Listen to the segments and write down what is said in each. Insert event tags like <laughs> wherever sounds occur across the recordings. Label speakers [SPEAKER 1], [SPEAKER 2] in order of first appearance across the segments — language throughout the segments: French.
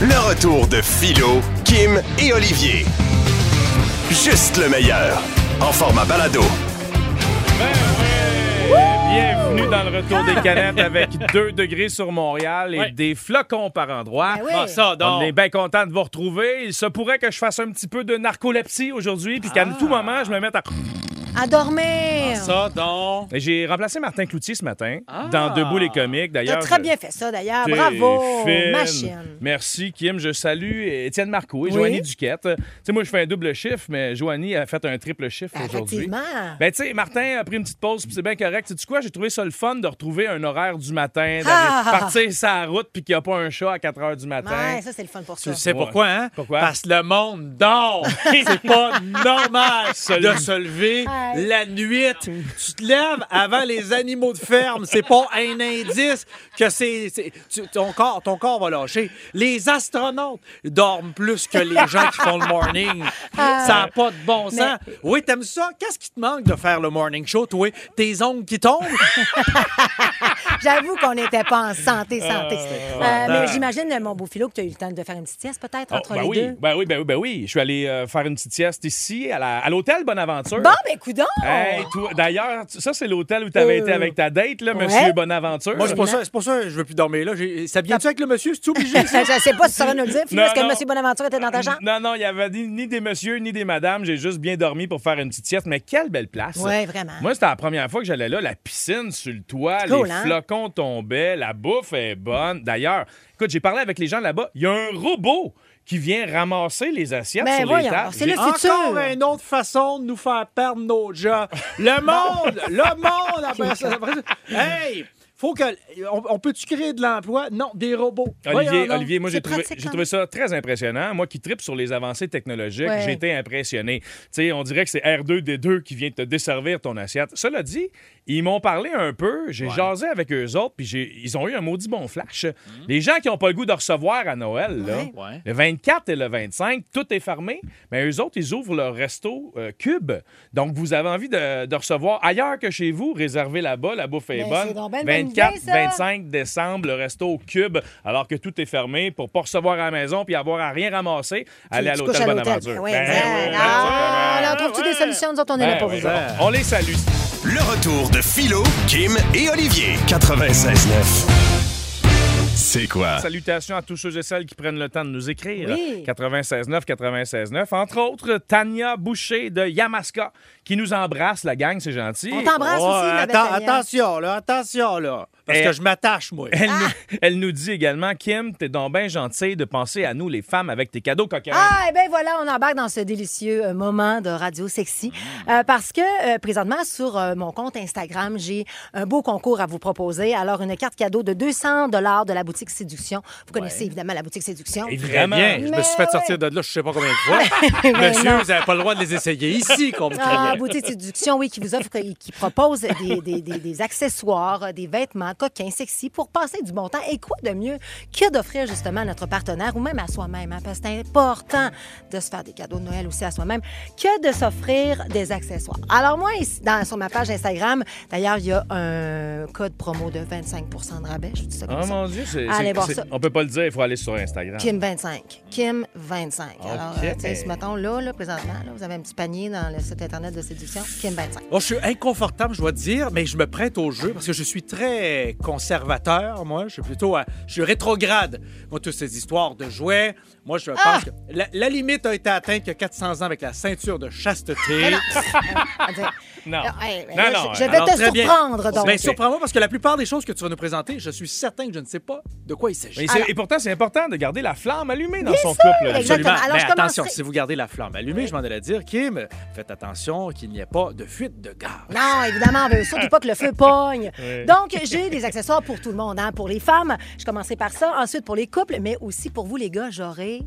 [SPEAKER 1] Le retour de Philo, Kim et Olivier. Juste le meilleur. En format balado.
[SPEAKER 2] Bienvenue dans le retour
[SPEAKER 3] Ah!
[SPEAKER 2] des
[SPEAKER 3] <laughs>
[SPEAKER 2] canettes avec 2 degrés sur Montréal et
[SPEAKER 4] Ouais.
[SPEAKER 2] des flocons par endroit.
[SPEAKER 3] Ben oui.
[SPEAKER 4] Ah, ça,
[SPEAKER 2] On
[SPEAKER 4] donc.
[SPEAKER 2] est bien content de vous retrouver. Il se pourrait que je fasse un petit peu de narcolepsie aujourd'hui, puis
[SPEAKER 3] Ah!
[SPEAKER 2] qu'à tout moment, je me mette à...
[SPEAKER 3] À
[SPEAKER 2] Ah,
[SPEAKER 3] dormir.
[SPEAKER 4] Ça, donc.
[SPEAKER 2] Et J'ai remplacé Martin Cloutier ce matin, dans Debout les comiques,
[SPEAKER 3] Ah! T'as
[SPEAKER 2] d'ailleurs.
[SPEAKER 3] très
[SPEAKER 2] je-
[SPEAKER 3] bien fait ça, d'ailleurs.
[SPEAKER 2] T'es
[SPEAKER 3] Bravo.
[SPEAKER 2] fine.
[SPEAKER 3] Machine.
[SPEAKER 2] Merci, Kim. Je salue Étienne Marco et
[SPEAKER 3] Oui.
[SPEAKER 2] Joanie Duquette. Tu sais, moi, je fais un double chiffre, mais Joanie a fait un triple chiffre aujourd'hui.
[SPEAKER 3] Ah, Effectivement.
[SPEAKER 2] Ben, tu sais, Martin a pris une petite pause, puis c'est bien correct. Tu sais quoi, j'ai trouvé ça le fun de retrouver un horaire
[SPEAKER 3] <laughs>
[SPEAKER 2] du matin, d'aller
[SPEAKER 3] Ah!
[SPEAKER 2] partir sa route, puis qu'il n'y a pas un chat à 4 heures du matin.
[SPEAKER 3] Ouais, ça, c'est le fun pour
[SPEAKER 4] Tu
[SPEAKER 3] ça.
[SPEAKER 4] le sais
[SPEAKER 2] Ouais.
[SPEAKER 4] pourquoi, hein?
[SPEAKER 2] Pourquoi?
[SPEAKER 4] Parce que le monde dort. C'est pas normal de se lever
[SPEAKER 3] Hey.
[SPEAKER 4] la nuit. Tu te lèves avant les animaux de ferme. C'est pas un indice que c'est. c'est- tu- Ton corps, ton corps va lâcher. Les astronautes dorment plus que les gens qui font le morning. Ça n'a pas de bon sens. Oui, t'aimes ça? Qu'est-ce qui te manque de faire le morning show, toi? Tes ongles qui tombent?
[SPEAKER 3] J'avoue qu'on n'était pas en santé,
[SPEAKER 2] Ah,
[SPEAKER 3] santé. Euh, mais j'imagine, euh, mon beau philo, que tu as eu le temps de faire une petite sieste, peut-être,
[SPEAKER 2] Oh,
[SPEAKER 3] entre
[SPEAKER 2] ben
[SPEAKER 3] les
[SPEAKER 2] oui,
[SPEAKER 3] deux.
[SPEAKER 2] ben oui, ben oui, ben oui. Je suis allé euh, faire une petite sieste ici, à la- à l'hôtel Bonaventure.
[SPEAKER 3] Bon, ben, coudons.
[SPEAKER 2] Hey, toi- D'ailleurs, tu- ça, c'est l'hôtel où tu avais
[SPEAKER 3] Euh.
[SPEAKER 2] été avec ta date, là,
[SPEAKER 3] Ouais.
[SPEAKER 2] monsieur Bonaventure.
[SPEAKER 4] Moi, c'est pour, ça, c'est pour ça que je veux plus dormir là. J'ai- Ça vient-tu avec le monsieur? C'est
[SPEAKER 3] <laughs>
[SPEAKER 4] obligé?
[SPEAKER 3] <laughs>
[SPEAKER 4] ça?
[SPEAKER 3] je ne sais pas si ça va nous le dire, Philo.
[SPEAKER 2] Non,
[SPEAKER 3] Est-ce que
[SPEAKER 2] non.
[SPEAKER 3] M. Bonaventure était dans ta chambre?
[SPEAKER 2] Non, non, il n'y avait ni, ni des messieurs ni des madames. J'ai juste bien dormi pour faire une petite sieste. Mais quelle belle place!
[SPEAKER 3] Ouais, vraiment.
[SPEAKER 2] Moi, c'était la première fois que j'allais là. La piscine sur le toit,
[SPEAKER 3] cool,
[SPEAKER 2] les
[SPEAKER 3] hein?
[SPEAKER 2] flocons tombaient, la bouffe est bonne. D'ailleurs, écoute, j'ai parlé avec les gens là-bas. Il y a un robot qui vient ramasser les assiettes
[SPEAKER 3] Ben
[SPEAKER 2] sur les
[SPEAKER 3] voyons,
[SPEAKER 2] tables.
[SPEAKER 3] c'est le
[SPEAKER 4] <laughs>
[SPEAKER 2] J'ai-
[SPEAKER 3] futur.
[SPEAKER 4] Encore une autre façon de nous faire perdre nos jobs. Le <laughs> monde, le monde après <laughs> ça. après ça. Hey! Faut que. On, on peut-tu créer de l'emploi? Non, des robots.
[SPEAKER 2] Olivier,
[SPEAKER 4] Voyons donc.
[SPEAKER 2] Olivier, moi
[SPEAKER 3] C'est
[SPEAKER 2] j'ai trouvé,
[SPEAKER 3] pratique,
[SPEAKER 2] j'ai
[SPEAKER 3] hein?
[SPEAKER 2] trouvé ça très impressionnant. Moi qui tripe sur les avancées technologiques,
[SPEAKER 3] Ouais.
[SPEAKER 2] j'ai été impressionné. Tu sais, on dirait que c'est R2D2 qui vient te desservir ton assiette. Cela dit, ils m'ont parlé un peu, j'ai jasé avec eux autres, puis j'ai- ils ont eu un maudit bon flash. Les gens qui n'ont pas le goût de recevoir à Noël, là,
[SPEAKER 3] Ouais.
[SPEAKER 4] Ouais.
[SPEAKER 2] le 24 et le 25, tout est fermé, mais eux autres, ils ouvrent leur resto euh, cube. Donc, vous avez envie de, de recevoir ailleurs que chez vous, réservez là-bas, la bouffe
[SPEAKER 3] Ben,
[SPEAKER 2] est
[SPEAKER 3] c'est
[SPEAKER 2] bonne.
[SPEAKER 3] donc ben une bonne idée,
[SPEAKER 2] 24,
[SPEAKER 3] ça.
[SPEAKER 2] 25 décembre, le resto au cube, alors que tout est fermé pour pas recevoir à la maison puis avoir à rien ramasser, aller à
[SPEAKER 3] Tu
[SPEAKER 2] l'hôtel
[SPEAKER 3] couches à
[SPEAKER 2] Bonaventure.
[SPEAKER 3] Ben oui,
[SPEAKER 2] Ben
[SPEAKER 3] exact.
[SPEAKER 2] oui, ben
[SPEAKER 3] Ah,
[SPEAKER 2] oui,
[SPEAKER 3] là, on trouve-tu des solutions? Nous autres, on est
[SPEAKER 2] ben
[SPEAKER 3] là pour
[SPEAKER 2] oui.
[SPEAKER 3] vous autres.
[SPEAKER 2] On les salue.
[SPEAKER 1] Le retour de Philo, Kim et Olivier. 96.9. C'est quoi?
[SPEAKER 2] Salutations à tous ceux et celles qui prennent le temps de nous écrire.
[SPEAKER 3] Oui.
[SPEAKER 2] 96.9, 96.9. Entre autres, Tania Boucher de Yamaska qui nous embrasse, la gang, c'est gentil. Oh.
[SPEAKER 3] On t'embrasse
[SPEAKER 4] Ouais,
[SPEAKER 3] aussi, la belle
[SPEAKER 4] atten-
[SPEAKER 3] Tania.
[SPEAKER 4] attention, là, attention, là. Parce
[SPEAKER 2] Eh.
[SPEAKER 4] que je m'attache, moi.
[SPEAKER 2] Elle,
[SPEAKER 3] Ah.
[SPEAKER 2] nous, elle nous dit également, Kim, t'es donc bien gentille de penser à nous, les femmes, avec tes cadeaux coquins.
[SPEAKER 3] Ah, et bien voilà, on embarque dans ce délicieux euh, moment de radio sexy Euh, parce que euh, présentement, sur euh, mon compte Instagram, j'ai un beau concours à vous proposer. Alors, une carte cadeau de 200 de la boutique Séduction. Vous connaissez évidemment la boutique Séduction.
[SPEAKER 2] Évidemment.
[SPEAKER 4] Très bien. Je me suis fait
[SPEAKER 3] Mais
[SPEAKER 4] sortir de là, je sais pas combien de <laughs> fois. Monsieur, vous n'avez pas le droit de les essayer ici, qu'on me
[SPEAKER 3] Ah,
[SPEAKER 4] criait.
[SPEAKER 3] boutique Séduction, oui, qui vous offre, qui propose des, des- des- des accessoires, euh, des vêtements coquins, sexy pour passer du bon temps. Et quoi de mieux que d'offrir justement à notre partenaire ou même à soi-même? hein, parce que c'est important de se faire des cadeaux de Noël aussi à soi-même que de s'offrir des accessoires. Alors, moi, ici, dans, sur ma page Instagram, d'ailleurs, il y a un code promo de 25 de rabais. Je vous dis ça comme
[SPEAKER 2] Oh
[SPEAKER 3] ça.
[SPEAKER 2] mon Dieu, c'est,
[SPEAKER 3] Allez
[SPEAKER 2] c'est-
[SPEAKER 3] voir
[SPEAKER 2] c'est-
[SPEAKER 3] ça.
[SPEAKER 2] on peut pas le dire, il faut aller sur Instagram.
[SPEAKER 3] Kim 25. Kim 25. Alors,
[SPEAKER 2] Ok.
[SPEAKER 3] euh, tu sais, ce mettons, là, là, présentement, là, vous avez un petit panier dans le site Internet de séduction. Kim 25.
[SPEAKER 4] Oh, je suis inconfortable, je dois te dire, mais je me prête au jeu parce que je suis très conservateur, moi. Je suis plutôt. à- je suis rétrograde. Moi, toutes ces histoires de jouets, moi, je pense
[SPEAKER 3] Ah!
[SPEAKER 4] que
[SPEAKER 3] Euh,
[SPEAKER 4] la, la limite a été atteinte il y a 400 ans avec la ceinture de chasteté. <laughs>
[SPEAKER 3] Ah, dire,
[SPEAKER 2] Non.
[SPEAKER 3] Ah, hey, ben
[SPEAKER 2] Non,
[SPEAKER 3] là,
[SPEAKER 2] non,
[SPEAKER 3] je-
[SPEAKER 2] hein.
[SPEAKER 3] je vais
[SPEAKER 4] euh, Alors,
[SPEAKER 3] te
[SPEAKER 4] très bien.
[SPEAKER 3] surprendre, donc.
[SPEAKER 4] Ben, surprends-moi parce que la plupart des choses que tu vas nous présenter, je suis certain que je ne sais pas de quoi il s'agit. Ah,
[SPEAKER 2] Mais c'est- et pourtant, c'est important de garder la flamme allumée dans
[SPEAKER 3] Bien
[SPEAKER 2] son
[SPEAKER 3] sûr,
[SPEAKER 2] couple.
[SPEAKER 3] exact. Exactement. Alors,
[SPEAKER 4] Mais
[SPEAKER 3] je
[SPEAKER 4] attention,
[SPEAKER 3] commencerai-
[SPEAKER 4] si vous gardez la flamme allumée, je m'en allais dire, Kim, faites attention qu'il n'y ait pas de fuite de gaz.
[SPEAKER 3] Non, évidemment, on veut surtout pas que le feu
[SPEAKER 4] <laughs>
[SPEAKER 3] pogne.
[SPEAKER 2] Oui.
[SPEAKER 3] Donc, j'ai des accessoires pour tout le monde. hein. Pour les femmes, je commencerai par ça. Ensuite, pour les couples, mais aussi pour vous, les gars, j'aurai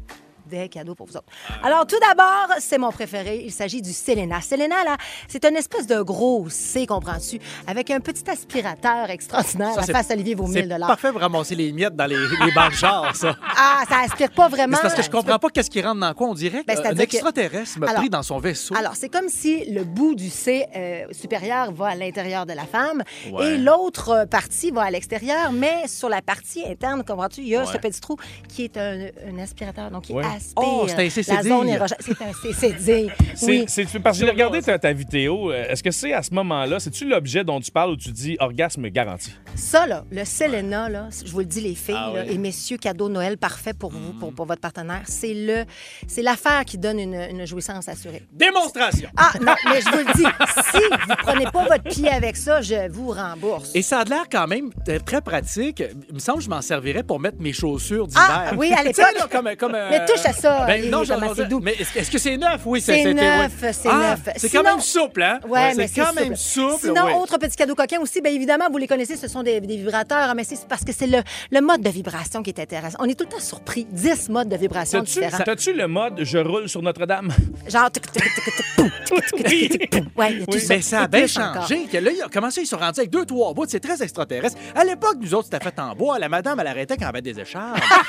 [SPEAKER 3] des cadeaux pour vous autres.
[SPEAKER 4] Ah.
[SPEAKER 3] Alors, tout d'abord, c'est mon préféré. Il s'agit du Selena. Selena, là, c'est une espèce de gros C, comprends-tu, avec un petit aspirateur extraordinaire.
[SPEAKER 4] Ça,
[SPEAKER 3] la
[SPEAKER 4] c'est-
[SPEAKER 3] face Olivier vaut 1000
[SPEAKER 4] C'est parfait pour ramasser les miettes dans les, les bancs de
[SPEAKER 3] <laughs>
[SPEAKER 4] char, ça.
[SPEAKER 3] Ah, ça aspire pas
[SPEAKER 4] Mais
[SPEAKER 3] vraiment.
[SPEAKER 4] c'est parce que je comprends pas qu'est-ce qui rentre dans quoi. On dirait
[SPEAKER 3] Ben,
[SPEAKER 4] qu'un
[SPEAKER 3] c'est-à-dire que-
[SPEAKER 4] Euh, extraterrestre m'a
[SPEAKER 3] Alors-
[SPEAKER 4] pris dans son vaisseau.
[SPEAKER 3] Alors, c'est comme si le bout du C euh, supérieur va à l'intérieur de la femme
[SPEAKER 4] Ouais.
[SPEAKER 3] et l'autre euh, partie va à l'extérieur, mais sur la partie interne, comprends-tu, il y a
[SPEAKER 4] Ouais.
[SPEAKER 3] ce petit trou qui est un, un aspirateur, donc qui
[SPEAKER 2] Ouais.
[SPEAKER 3] aspire
[SPEAKER 4] Oh, c'est un CCD.
[SPEAKER 3] euh, la zone érogène. C'est un
[SPEAKER 4] <laughs>
[SPEAKER 3] CCD,
[SPEAKER 2] C'est,
[SPEAKER 3] oui.
[SPEAKER 2] c'est- parce que j'ai regardé ta, ta vidéo. euh, Est-ce que c'est à ce moment-là, c'est-tu l'objet dont tu parles où tu dis orgasme garanti?
[SPEAKER 3] Ça, là, le Selena, là, je vous le dis, les filles
[SPEAKER 4] Ah
[SPEAKER 3] là,
[SPEAKER 4] ouais. Mm.
[SPEAKER 3] et messieurs, cadeau de Noël parfait pour vous, pour, pour votre partenaire, c'est, le, c'est l'affaire qui donne une- une jouissance assurée.
[SPEAKER 4] Démonstration!
[SPEAKER 3] Ah, non, mais je vous le dis, si vous prenez pas votre pied avec ça, je vous rembourse.
[SPEAKER 4] Et ça a l'air quand même euh, très pratique. Il me semble que je m'en servirais pour mettre mes chaussures d'hiver.
[SPEAKER 3] Ah, oui, à
[SPEAKER 4] <laughs> Tu sais, là,
[SPEAKER 3] l'époque.
[SPEAKER 4] comme, comme, euh,
[SPEAKER 3] Mais touche à ça,
[SPEAKER 4] Ben,
[SPEAKER 3] les-
[SPEAKER 4] non,
[SPEAKER 3] comment
[SPEAKER 4] j'en-
[SPEAKER 3] c'est doux.
[SPEAKER 4] Mais est-ce est-ce que c'est neuf? Oui,
[SPEAKER 3] C'est
[SPEAKER 4] c'était-
[SPEAKER 3] neuf,
[SPEAKER 4] oui.
[SPEAKER 3] c'est
[SPEAKER 4] Ah,
[SPEAKER 3] neuf.
[SPEAKER 4] C'est
[SPEAKER 3] Sinon-
[SPEAKER 4] quand même souple, hein?
[SPEAKER 3] Ouais, mais
[SPEAKER 4] c'est quand même souple.
[SPEAKER 3] Sinon,
[SPEAKER 4] oui.
[SPEAKER 3] autre petit cadeau coquin aussi, bien évidemment, vous les connaissez, ce sont des, des vibrateurs, mais c'est parce que c'est le, le mode de vibration qui est intéressant. On est tout le temps surpris. 10 modes de vibration
[SPEAKER 2] T'as-tu,
[SPEAKER 3] différents.
[SPEAKER 2] t'as-tu le mode je roule sur Notre-Dame?
[SPEAKER 3] Genre, tic, tic, tic, tic, poum, tic, tic, tic, tic, poum. Ouais, il y a tout ça.
[SPEAKER 4] Mais ça
[SPEAKER 3] Et
[SPEAKER 4] a bien
[SPEAKER 3] plus encore.
[SPEAKER 4] changé. Que là, il a- comment ça, ils sont rendus avec deux, trois bouts? C'est très extraterrestre. À l'époque, nous autres, c'était fait en bois. La madame, elle arrêtait quand elle avait des écharpes.
[SPEAKER 3] Ah,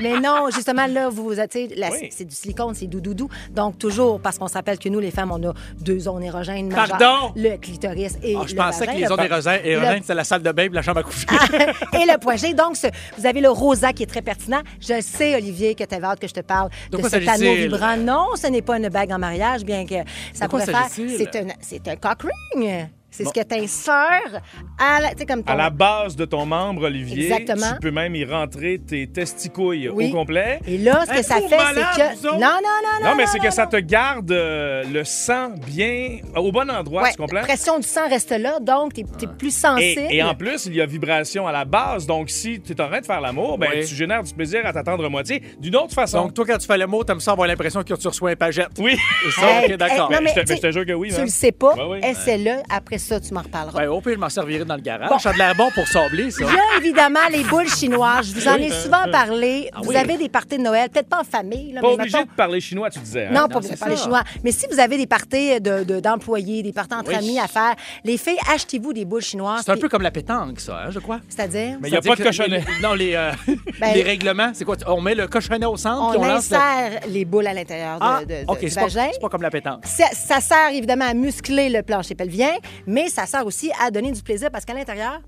[SPEAKER 3] Mais non, justement, là, vous vous tu sais, la-
[SPEAKER 2] Oui.
[SPEAKER 3] c'est du silicone, c'est doudoudou. Donc, toujours, parce qu'on s'appelle que nous, les femmes, on a deux zones érogènes majeures.
[SPEAKER 4] Pardon?
[SPEAKER 3] Le clitoris et
[SPEAKER 4] Ah,
[SPEAKER 3] le
[SPEAKER 4] je pensais
[SPEAKER 3] vagin,
[SPEAKER 4] que les
[SPEAKER 3] le
[SPEAKER 4] autres
[SPEAKER 3] par-
[SPEAKER 4] érogènes,
[SPEAKER 3] le-
[SPEAKER 4] érogènes, c'était la salle de bain et la chambre à coucher.
[SPEAKER 3] <laughs> et le point G. Donc, ce- vous avez le rosa qui est très pertinent. Je sais, Olivier, que tu hâte que je te parle
[SPEAKER 4] De
[SPEAKER 3] de,
[SPEAKER 4] quoi
[SPEAKER 3] cet
[SPEAKER 4] s'agit-il?
[SPEAKER 3] anneau vibrant. Non, ce n'est pas une bague en mariage, bien que ça
[SPEAKER 4] De quoi
[SPEAKER 3] pourrait faire.
[SPEAKER 4] s'agit-il?
[SPEAKER 3] C'est un, c'est un cock ring. C'est ce que t'insères à la, tu sais, comme
[SPEAKER 2] À
[SPEAKER 3] ton-
[SPEAKER 2] la base de ton membre, Olivier,
[SPEAKER 3] Exactement.
[SPEAKER 2] tu peux même y rentrer tes testicouilles
[SPEAKER 3] Oui.
[SPEAKER 2] au complet.
[SPEAKER 3] Et là, ce que
[SPEAKER 2] Hey,
[SPEAKER 3] ça
[SPEAKER 2] vous,
[SPEAKER 3] fait,
[SPEAKER 2] malade,
[SPEAKER 3] c'est que.
[SPEAKER 2] vous autres?
[SPEAKER 3] Non, non, non, non.
[SPEAKER 2] Non, mais c'est
[SPEAKER 3] non,
[SPEAKER 2] que ça
[SPEAKER 3] non.
[SPEAKER 2] te garde euh, le sang bien euh, au bon endroit,
[SPEAKER 3] Ouais,
[SPEAKER 2] tu comprends?
[SPEAKER 3] La pression du sang reste là, donc t'es es plus sensible.
[SPEAKER 2] Et, et en plus, il y a vibration à la base. Donc, si tu es en train de faire l'amour, ben,
[SPEAKER 4] Oui.
[SPEAKER 2] tu génères du plaisir à t'attendre à moitié d'une autre façon.
[SPEAKER 4] Donc, toi, quand tu fais le mot, t'aimes ça avoir l'impression que tu reçois un pagette. <laughs>
[SPEAKER 2] oui.
[SPEAKER 4] Et ça,
[SPEAKER 3] Hey,
[SPEAKER 4] OK, d'accord.
[SPEAKER 3] hey, non,
[SPEAKER 2] Ah, Mais je te-
[SPEAKER 3] tu sais,
[SPEAKER 2] je te jure que oui,
[SPEAKER 3] Tu
[SPEAKER 2] man.
[SPEAKER 3] le sais pas,
[SPEAKER 2] Ouais, ouais.
[SPEAKER 3] essaie-le. Après ça, tu m'en reparleras.
[SPEAKER 4] Ben, au pire, je m'en servirais dans le garage.
[SPEAKER 3] Bon.
[SPEAKER 4] Ça a de l'air bon pour sabler, ça.
[SPEAKER 3] Il y a évidemment les boules chinoises. Je vous en ai souvent parlé. Vous
[SPEAKER 4] Ah oui.
[SPEAKER 3] avez des parties de Noël, peut-être pas en famille. Là,
[SPEAKER 2] Pas
[SPEAKER 3] mais
[SPEAKER 2] obligé
[SPEAKER 3] mettons-
[SPEAKER 2] de parler chinois, tu disais. hein?
[SPEAKER 3] Non, pas
[SPEAKER 4] Ah, c'est
[SPEAKER 3] obligé de parler
[SPEAKER 4] ça.
[SPEAKER 3] chinois. Mais si vous avez des parties d'employés, de, d'employés, des parties entre
[SPEAKER 4] Oui.
[SPEAKER 3] amis à faire, les filles, achetez-vous des boules chinoises.
[SPEAKER 4] C'est un
[SPEAKER 3] puis-
[SPEAKER 4] peu comme la pétanque, ça, hein, je crois.
[SPEAKER 3] C'est-à-dire,
[SPEAKER 2] il y a
[SPEAKER 4] C'est-à-dire
[SPEAKER 2] pas de
[SPEAKER 4] que
[SPEAKER 2] cochonnet.
[SPEAKER 4] les- Non, les, euh,
[SPEAKER 3] <laughs> Ben-
[SPEAKER 4] les règlements, c'est quoi? On met le cochonnet au centre, puis
[SPEAKER 3] on
[SPEAKER 4] on lance le...
[SPEAKER 3] insère les boules à l'intérieur de-
[SPEAKER 4] Ah,
[SPEAKER 3] de- de-
[SPEAKER 4] OK,
[SPEAKER 3] du
[SPEAKER 4] c'est pas,
[SPEAKER 3] vagin.
[SPEAKER 4] c'est pas comme la pétanque.
[SPEAKER 3] Ça, ça sert évidemment à muscler le plancher pelvien, mais ça sert aussi à donner du plaisir parce qu'à l'intérieur,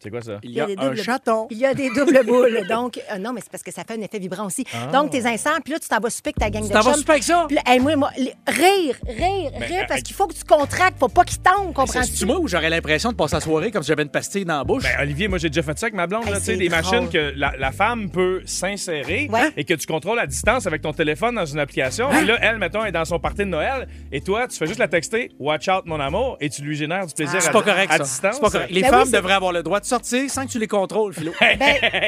[SPEAKER 2] C'est quoi ça?
[SPEAKER 4] Il y a,
[SPEAKER 3] des
[SPEAKER 4] un
[SPEAKER 3] doubles-
[SPEAKER 4] chaton.
[SPEAKER 3] Il y a des
[SPEAKER 4] <laughs>
[SPEAKER 3] doubles boules. Donc, euh, non, mais c'est parce que ça fait un effet vibrant aussi. Donc, tes incenses, puis là, tu t'en vas souper avec ta gang de
[SPEAKER 4] Ah. t'en vas
[SPEAKER 3] chums.
[SPEAKER 4] souper avec ça?
[SPEAKER 3] Puis là, hey, moi, moi, les- rire, rire, rire, parce
[SPEAKER 2] euh,
[SPEAKER 3] qu'il faut que tu contractes, faut pas qu'il tombe,
[SPEAKER 4] C'est-tu
[SPEAKER 3] comprends-tu?
[SPEAKER 4] moi où j'aurais l'impression de passer la soirée comme si j'avais une pastille dans la bouche?
[SPEAKER 2] Ben, Olivier, moi, j'ai déjà fait ça avec ma blonde.
[SPEAKER 3] Hey,
[SPEAKER 2] là, tu sais,
[SPEAKER 3] c'est
[SPEAKER 2] des
[SPEAKER 3] drôle.
[SPEAKER 2] machines que la, la femme peut s'insérer
[SPEAKER 3] Ouais.
[SPEAKER 2] et que tu contrôles à distance avec ton téléphone dans une application. Et là, elle, mettons, est dans son party de Noël et toi, tu fais juste la texter « Watch out, mon amour » et tu lui génères du
[SPEAKER 3] Ah.
[SPEAKER 2] plaisir
[SPEAKER 4] c'est
[SPEAKER 2] à,
[SPEAKER 4] pas correct,
[SPEAKER 2] à
[SPEAKER 4] ça.
[SPEAKER 2] distance.
[SPEAKER 4] C'est pas
[SPEAKER 3] <laughs>
[SPEAKER 4] correct. Les
[SPEAKER 3] Ben oui,
[SPEAKER 4] femmes
[SPEAKER 3] c'est-
[SPEAKER 4] devraient avoir le droit de sortir sans que tu les contrôles, Philo.
[SPEAKER 2] <laughs>
[SPEAKER 3] Ben,